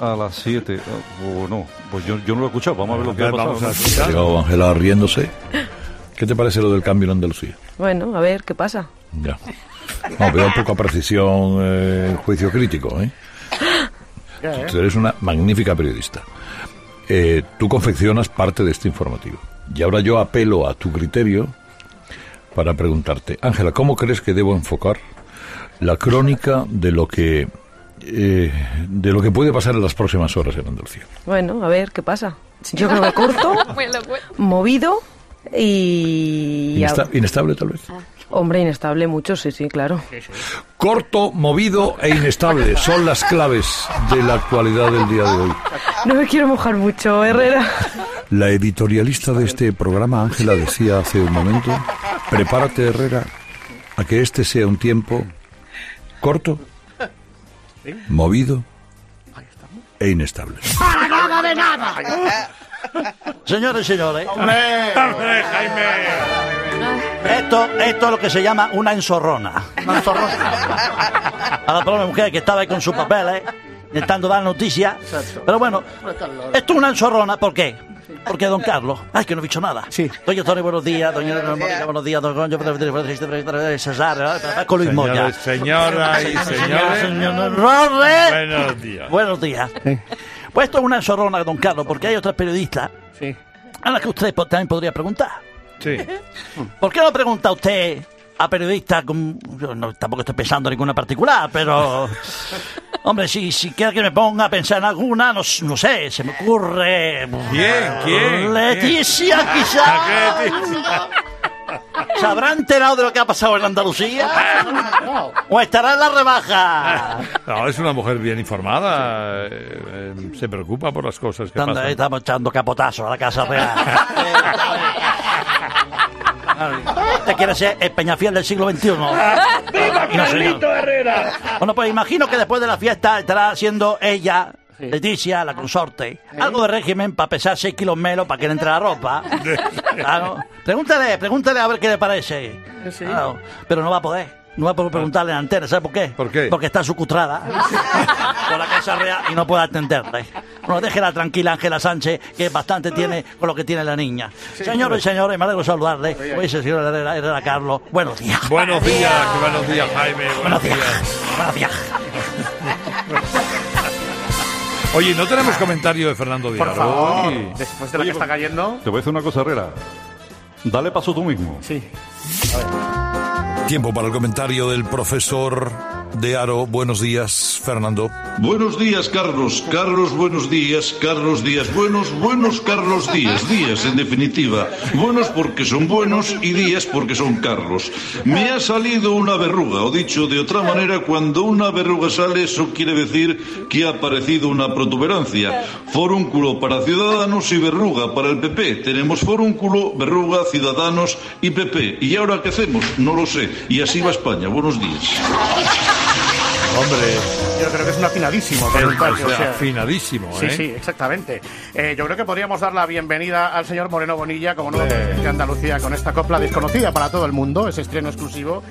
[SPEAKER 15] a las 7. O no, pues yo, yo no lo he escuchado. Vamos a ver lo que ha
[SPEAKER 26] Vamos
[SPEAKER 15] pasado.
[SPEAKER 26] a escuchar. Llegaba
[SPEAKER 13] Ángela riéndose. ¿Qué te parece lo del cambio en Andalucía?
[SPEAKER 5] Bueno, a ver qué pasa.
[SPEAKER 13] Ya. No, veo poca precisión eh, juicio crítico, ¿eh? Tú eres una magnífica periodista. Eh, tú confeccionas parte de este informativo. Y ahora yo apelo a tu criterio para preguntarte, Ángela, ¿cómo crees que debo enfocar la crónica de lo que eh, de lo que puede pasar en las próximas horas en Andalucía?
[SPEAKER 5] Bueno, a ver qué pasa. Yo creo que corto, movido y...
[SPEAKER 13] Inesta- inestable tal vez.
[SPEAKER 5] Hombre, inestable mucho, sí, sí, claro.
[SPEAKER 13] Corto, movido e inestable son las claves de la actualidad del día de hoy.
[SPEAKER 5] No me quiero mojar mucho, Herrera.
[SPEAKER 13] La editorialista de este programa, Ángela, decía hace un momento, prepárate, Herrera, a que este sea un tiempo corto, movido e inestable.
[SPEAKER 14] ¡Para nada de nada!
[SPEAKER 1] Señores y señores.
[SPEAKER 14] ¡Hombre, Jaime!
[SPEAKER 1] Esto, esto es lo que se llama una ensorrona. A la pobre mujer que estaba ahí con sus papeles, intentando dar noticias. Pero bueno, esto es una ensorrona, ¿por qué? Porque don Carlos, ay, que no he dicho nada. Sí. Doña Tony, buenos días. Doña Mónica, buenos días. Don Goño, César, Paco Luis Moya.
[SPEAKER 8] Señores, *laughs* señoras y señores.
[SPEAKER 1] Robert.
[SPEAKER 8] Buenos días.
[SPEAKER 1] Buenos días. Pues esto es una ensorrona, don Carlos, porque hay otras periodistas a las que usted po- también podría preguntar.
[SPEAKER 8] Sí.
[SPEAKER 1] ¿Por qué no pregunta usted a periodistas con... yo no- tampoco estoy pensando en ninguna particular, pero... Hombre, si, si quiere que me ponga a pensar en alguna, no, s- no sé, se me ocurre...
[SPEAKER 8] ¿Quién? ¿Quién?
[SPEAKER 1] Leticia,
[SPEAKER 8] ¿Quién? *laughs*
[SPEAKER 1] quizás. ¿Se habrá enterado de lo que ha pasado
[SPEAKER 8] *laughs*
[SPEAKER 1] en Andalucía? ¿O estará en la rebaja?
[SPEAKER 8] No, es una mujer bien informada. eh, eh, se preocupa por las cosas que
[SPEAKER 1] Anda,
[SPEAKER 8] pasan.
[SPEAKER 1] Estamos echando capotazos a la
[SPEAKER 8] *laughs*
[SPEAKER 1] Casa Real. Te Este quiere ser el Peñafiel del siglo
[SPEAKER 8] *laughs*
[SPEAKER 1] XXI.
[SPEAKER 14] ¡Viva
[SPEAKER 1] No, señor.
[SPEAKER 14] Carlito Herrera!
[SPEAKER 1] Bueno, pues imagino que después de la fiesta estará siendo ella, Leticia,
[SPEAKER 4] Ah.
[SPEAKER 1] la consorte, algo de régimen para pesar 6 kilos menos para que le entre
[SPEAKER 4] *laughs*
[SPEAKER 1] la ropa. Claro. Pregúntale, pregúntale a ver qué le parece. Claro. Pero no va a poder. No va a
[SPEAKER 4] Ah.
[SPEAKER 1] poder preguntarle en antena, ¿sabes por qué? ¿Por qué? Porque
[SPEAKER 4] *laughs*
[SPEAKER 1] está sucutrada por la Casa Real y no puede atenderle. Bueno, déjela tranquila, Ángela Sánchez, que bastante tiene con lo que tiene la niña. Señores y señores, me alegro de saludarle. Hoy señor Herrera, Herrera Carlos. Buenos días.
[SPEAKER 8] Buenos días, buenos días, Jaime. Buenos días.
[SPEAKER 1] Buenos días.
[SPEAKER 8] Oye, ¿no tenemos comentario de Fernando Díaz?
[SPEAKER 4] Por favor,
[SPEAKER 8] Uy.
[SPEAKER 4] después de lo que está
[SPEAKER 13] pues-
[SPEAKER 4] cayendo.
[SPEAKER 15] Te voy a decir una cosa, Herrera. Dale paso tú mismo.
[SPEAKER 4] Sí.
[SPEAKER 13] Tiempo para el comentario del profesor de Aro. Buenos días, Fernando.
[SPEAKER 7] Buenos días, Carlos. Carlos, buenos días. Carlos Díaz, buenos, buenos Carlos Díaz. Díaz, en definitiva. Buenos porque son buenos y Díaz porque son Carlos. Me ha salido una verruga, o dicho de otra manera, cuando una verruga sale, eso quiere decir que ha aparecido una protuberancia. Forúnculo para Ciudadanos y verruga para el PP. Tenemos forúnculo, verruga, Ciudadanos y PP. ¿Y ahora qué hacemos? No lo sé. Y así va España. Buenos días.
[SPEAKER 4] Hombre. Yo creo que es un afinadísimo.
[SPEAKER 8] Pero,
[SPEAKER 13] pues
[SPEAKER 4] comentario,
[SPEAKER 8] o sea,
[SPEAKER 4] o sea.
[SPEAKER 8] afinadísimo,
[SPEAKER 4] Sí,
[SPEAKER 8] ¿eh?
[SPEAKER 4] sí, exactamente. Eh, yo creo que podríamos dar la bienvenida al señor Moreno Bonilla como nuevo presidente de Andalucía con esta copla desconocida para todo el mundo, ese estreno exclusivo.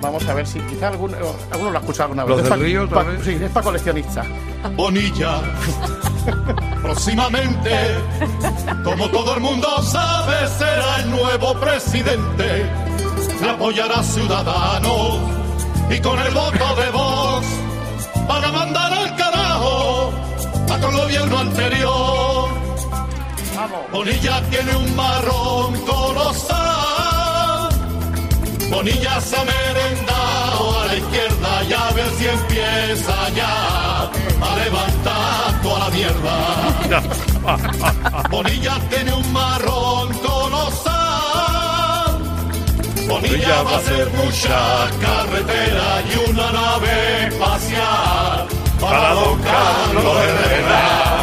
[SPEAKER 4] Vamos a ver si quizá algún- o- alguno lo ha escuchado alguna vez.
[SPEAKER 7] ¿Los
[SPEAKER 4] Es
[SPEAKER 7] del
[SPEAKER 4] pa-
[SPEAKER 7] río,
[SPEAKER 4] pa-
[SPEAKER 7] tal vez?
[SPEAKER 4] Sí, es para coleccionista.
[SPEAKER 7] Bonilla. Próximamente, como todo el mundo sabe, será el nuevo presidente. Le apoyará Ciudadanos y con el voto de Vox van a mandar al carajo a todo el gobierno anterior. Bonilla tiene un marrón colosal. Bonilla se ha merendado a la izquierda y a ver si empieza ya a levantar toda la mierda. Bonilla tiene un marrón colosal. Bonilla va a ser mucha carretera y una nave espacial para don Carlos Herrera.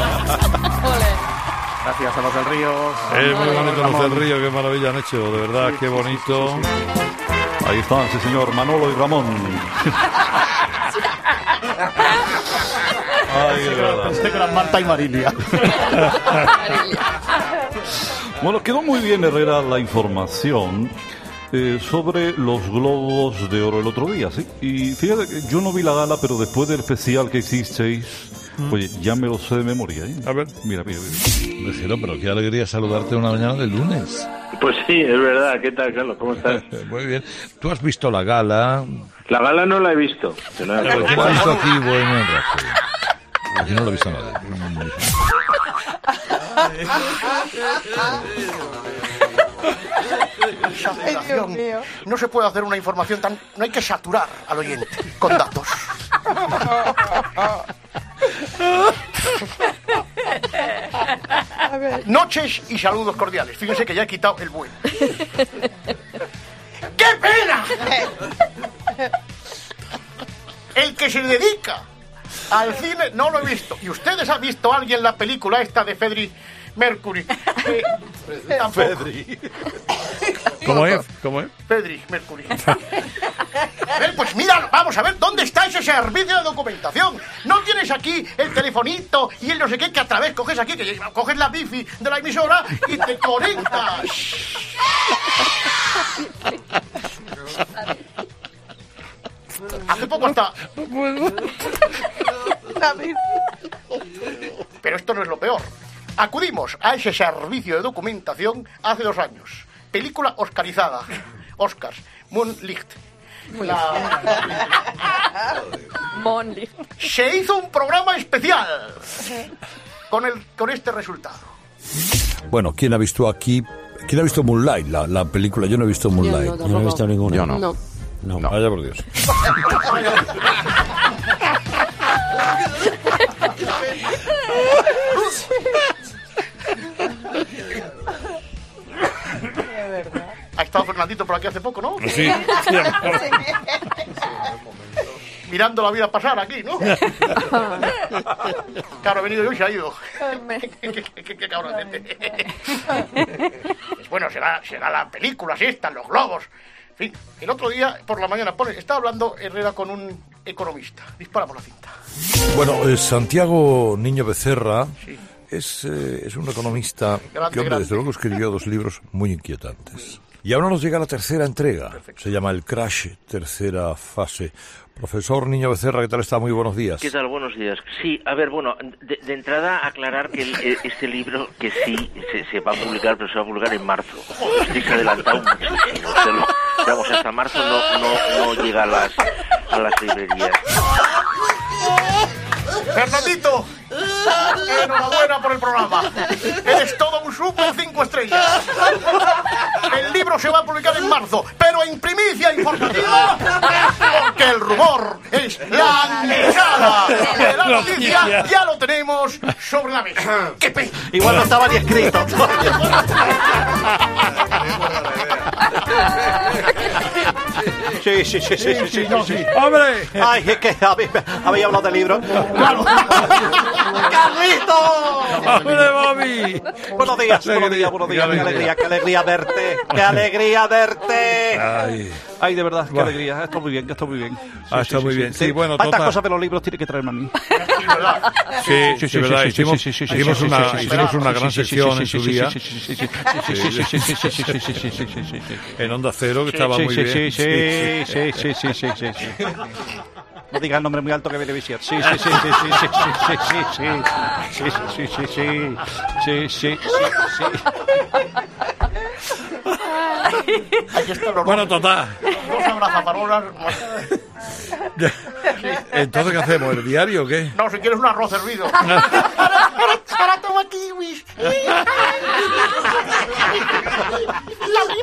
[SPEAKER 27] Gracias a los del río.
[SPEAKER 9] Eh,
[SPEAKER 15] Es muy bonito
[SPEAKER 27] Ramón.
[SPEAKER 15] los del río, qué maravilla han hecho, de verdad, qué bonito. Ahí están, sí señor, Manolo y Ramón. Ay, de verdad.
[SPEAKER 4] Pensé que eran Este Marta y Marilia.
[SPEAKER 15] Bueno, quedó muy bien, Herrera, la información eh, sobre los globos de oro el otro día, ¿sí? Y fíjate, que yo no vi la gala, pero después del especial que hicisteis,
[SPEAKER 13] Mm.
[SPEAKER 15] oye, ya me lo sé de memoria, ¿eh? A ver. Mira, mira, mira.
[SPEAKER 13] Cielo, pero qué alegría saludarte una mañana de lunes.
[SPEAKER 19] Pues sí, es verdad. ¿Qué tal, Carlos? ¿Cómo estás?
[SPEAKER 13] *laughs* Muy bien. Tú has visto la gala.
[SPEAKER 19] La gala no la he visto. que no la he
[SPEAKER 13] Pero
[SPEAKER 19] visto.
[SPEAKER 13] ¿quién la ha visto aquí? Bueno, en Rajoy. Aquí no lo ha visto nadie.
[SPEAKER 4] Saturación. No se puede hacer una información tan. No hay que saturar al oyente con datos. Noches y saludos cordiales. Fíjense que ya he quitado el buen. ¡Qué pena! El que se dedica al cine no lo he visto. ¿Y ustedes han visto a alguien la película esta de Fedri Mercury? Eh, tampoco.
[SPEAKER 7] ¿Cómo es? ¿Cómo es?
[SPEAKER 4] Pedri, Mercury. A ver, pues mira, vamos a ver, ¿dónde está ese servicio de documentación? ¿No tienes aquí el telefonito y el no sé qué que a través coges aquí, que coges la bifi de la emisora y te conectas? Hace poco hasta... Pero esto no es lo peor. Acudimos a ese servicio de documentación hace dos años. Película oscarizada. Oscars. Moonlight. La- Se hizo un programa especial con, el, con este resultado.
[SPEAKER 28] Bueno, ¿quién ha visto aquí? ¿Quién ha visto Moonlight, la, la película? Yo no he visto Moonlight.
[SPEAKER 29] no, Yo no he visto tampoco. ninguna.
[SPEAKER 28] Yo
[SPEAKER 29] No.
[SPEAKER 28] no. No, vaya por Dios.
[SPEAKER 4] Ha estado Fernandito por aquí hace poco, ¿no?
[SPEAKER 29] *laughs* Sí.
[SPEAKER 4] Mirando la vida pasar aquí,
[SPEAKER 29] *laughs*
[SPEAKER 4] ¿no? Claro, ha venido yo y se ha ido. *laughs* qué, qué- qué cabrón. Pues *laughs* bueno, será, será la película, si están los globos. En fin, el otro día por la mañana pone, estaba hablando Herrera con un economista. Dispara por la cinta.
[SPEAKER 28] Bueno, eh, Santiago Niño Becerra es, eh, es un economista
[SPEAKER 4] Grande,
[SPEAKER 28] que, hombre,
[SPEAKER 4] grande.
[SPEAKER 28] desde luego escribió dos libros muy inquietantes. Y ahora nos llega la tercera entrega. Se llama El Crash, tercera fase. Profesor Niño Becerra, ¿qué tal está? Muy buenos días.
[SPEAKER 14] ¿Qué tal? Buenos días. Sí, a ver, bueno, de, de entrada aclarar que el- eh, este libro que sí se, se va a publicar, pero se va a publicar en marzo. Estoy adelantado muchísimo. te lo- vamos, hasta marzo no, no, no llega a las, a las librerías.
[SPEAKER 4] Fernandito, enhorabuena por el programa. Eres todo un super cinco estrellas. El libro se va a publicar en marzo, pero en primicia informativa, porque el rumor es la negada. Que La noticia ya lo tenemos sobre la mesa. ¡Qué pena!
[SPEAKER 29] Igual no estaba ni escrito.
[SPEAKER 11] Sí, sí, sí, sí, sí, sí,
[SPEAKER 29] no,
[SPEAKER 11] sí,
[SPEAKER 29] sí.
[SPEAKER 11] ¡Hombre! Ay, es que habéis, habéis hablado del libro.
[SPEAKER 29] ¡Hombre, Bobby!
[SPEAKER 11] Buenos días, buenos días, buenos días. Qué alegría, qué alegría verte. Qué alegría verte.
[SPEAKER 13] Ay.
[SPEAKER 11] Ay, de verdad, qué
[SPEAKER 13] Buah.
[SPEAKER 11] alegría. Está muy bien, está muy bien.
[SPEAKER 13] Ah, está muy bien. Sí, bueno,
[SPEAKER 11] Tantas
[SPEAKER 13] total.
[SPEAKER 11] cosas de los libros tiene que traerme a mí.
[SPEAKER 13] Sí, sí, sí, verdad, hicimos- hicimos una- hicimos una gran sección en su día. En Onda Cero, que estaba muy bien.
[SPEAKER 11] Sí, sí, sí,
[SPEAKER 13] Sí.
[SPEAKER 11] sí, sí, sí, sí, sí. No diga el nombre muy alto que viene visitar. Sí, sí, sí, sí, sí, sí, sí, sí, sí, sí, sí, sí, sí, sí, sí, sí, sí, sí.
[SPEAKER 13] Bueno, total.
[SPEAKER 4] Dos abrazaparolas.
[SPEAKER 13] Entonces, ¿qué hacemos? ¿El diario o qué?
[SPEAKER 4] No, si quieres un arroz hervido. Ahora toma kiwis. Y a mí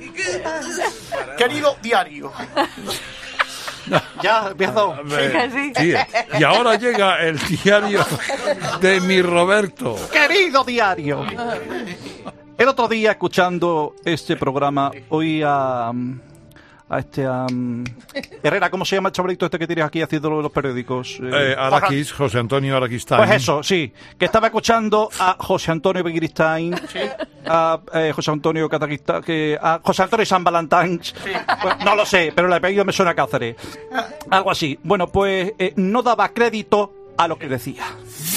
[SPEAKER 4] mandarinitas. Querido diario.
[SPEAKER 11] Ya, empiezo.
[SPEAKER 4] Sí,
[SPEAKER 11] sí.
[SPEAKER 13] Sí. Y ahora llega el diario de mi Roberto.
[SPEAKER 11] Querido diario. El otro día, escuchando este programa, oí a, a este... am, Herrera, ¿cómo se llama el chavalito este que tienes aquí haciendo lo de los periódicos?
[SPEAKER 13] Eh, Araquis, José Antonio Araquistain.
[SPEAKER 11] Pues eso, sí. Que estaba escuchando a José Antonio Begiristain, a eh, José Antonio Cataquista, que a José Antonio San Valentín. Pues, no lo sé, pero el apellido me suena a Cáceres. Algo así. Bueno, pues eh, no daba crédito a lo que decía.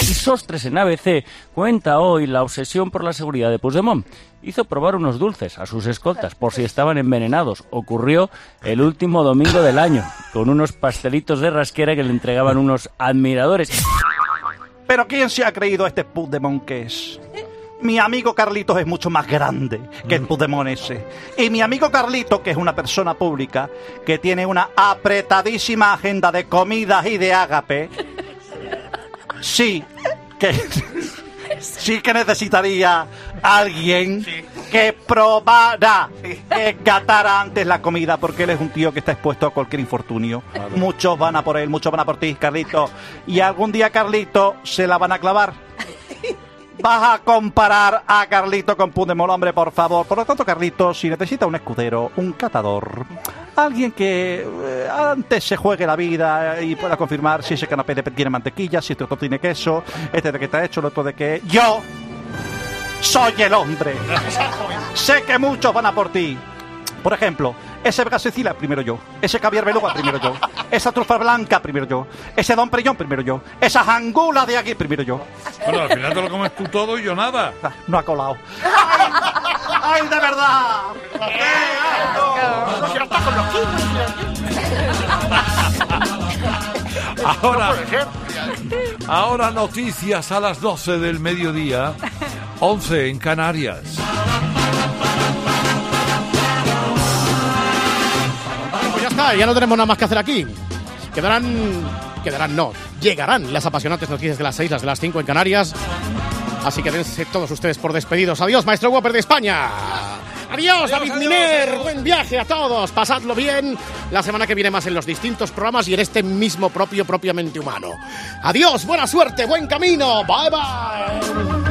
[SPEAKER 1] Y Sostres en ABC cuenta hoy la obsesión por la seguridad de Puigdemont. Hizo probar unos dulces a sus escoltas por si estaban envenenados. Ocurrió el último domingo del año, con unos pastelitos de rasquera que le entregaban unos admiradores.
[SPEAKER 11] Pero ¿quién se ha creído a este Puigdemont que es? Mi amigo Carlitos es mucho más grande que el Puigdemont ese. Y mi amigo Carlitos, que es una persona pública, que tiene una apretadísima agenda de comidas y de ágape, sí que, sí que necesitaría alguien que probara, que catara antes la comida, porque él es un tío que está expuesto a cualquier infortunio. Muchos van a por él, muchos van a por ti, Carlito. Y algún día, Carlito, se la van a clavar. Vas a comparar a Carlito con Pudemol, hombre, por favor. Por lo tanto, Carlito, si necesita un escudero, un catador, alguien que eh, antes se juegue la vida y pueda confirmar si ese canapé de- tiene mantequilla, si este otro tiene queso, este de que está hecho, el otro de que... Yo soy
[SPEAKER 13] *laughs*
[SPEAKER 11] el hombre. sé que muchos van a por ti. Por ejemplo, ese Vega Sicilia primero yo, ese Javier Beluga primero yo, esa trufa blanca primero yo, ese Don Perillón primero yo, esa jangula de aquí primero yo.
[SPEAKER 13] Bueno, al final te lo comes tú todo y yo nada.
[SPEAKER 11] No ha colado. ¡Ay, de verdad! ¡Qué
[SPEAKER 13] Ahora, ahora noticias a las 12 del mediodía, 11 en Canarias.
[SPEAKER 4] Pues ya está, ya no tenemos nada más que hacer aquí. Quedarán, quedarán no, llegarán las apasionantes noticias de las 6, las de las 5 en Canarias. Así que dense todos ustedes por despedidos. Adiós, maestro Whopper de España. Adiós, David Miner. Buen viaje a todos. Pasadlo bien. La semana que viene más en los distintos programas y en este mismo propio propiamente humano. Adiós, buena suerte, buen camino. Bye bye.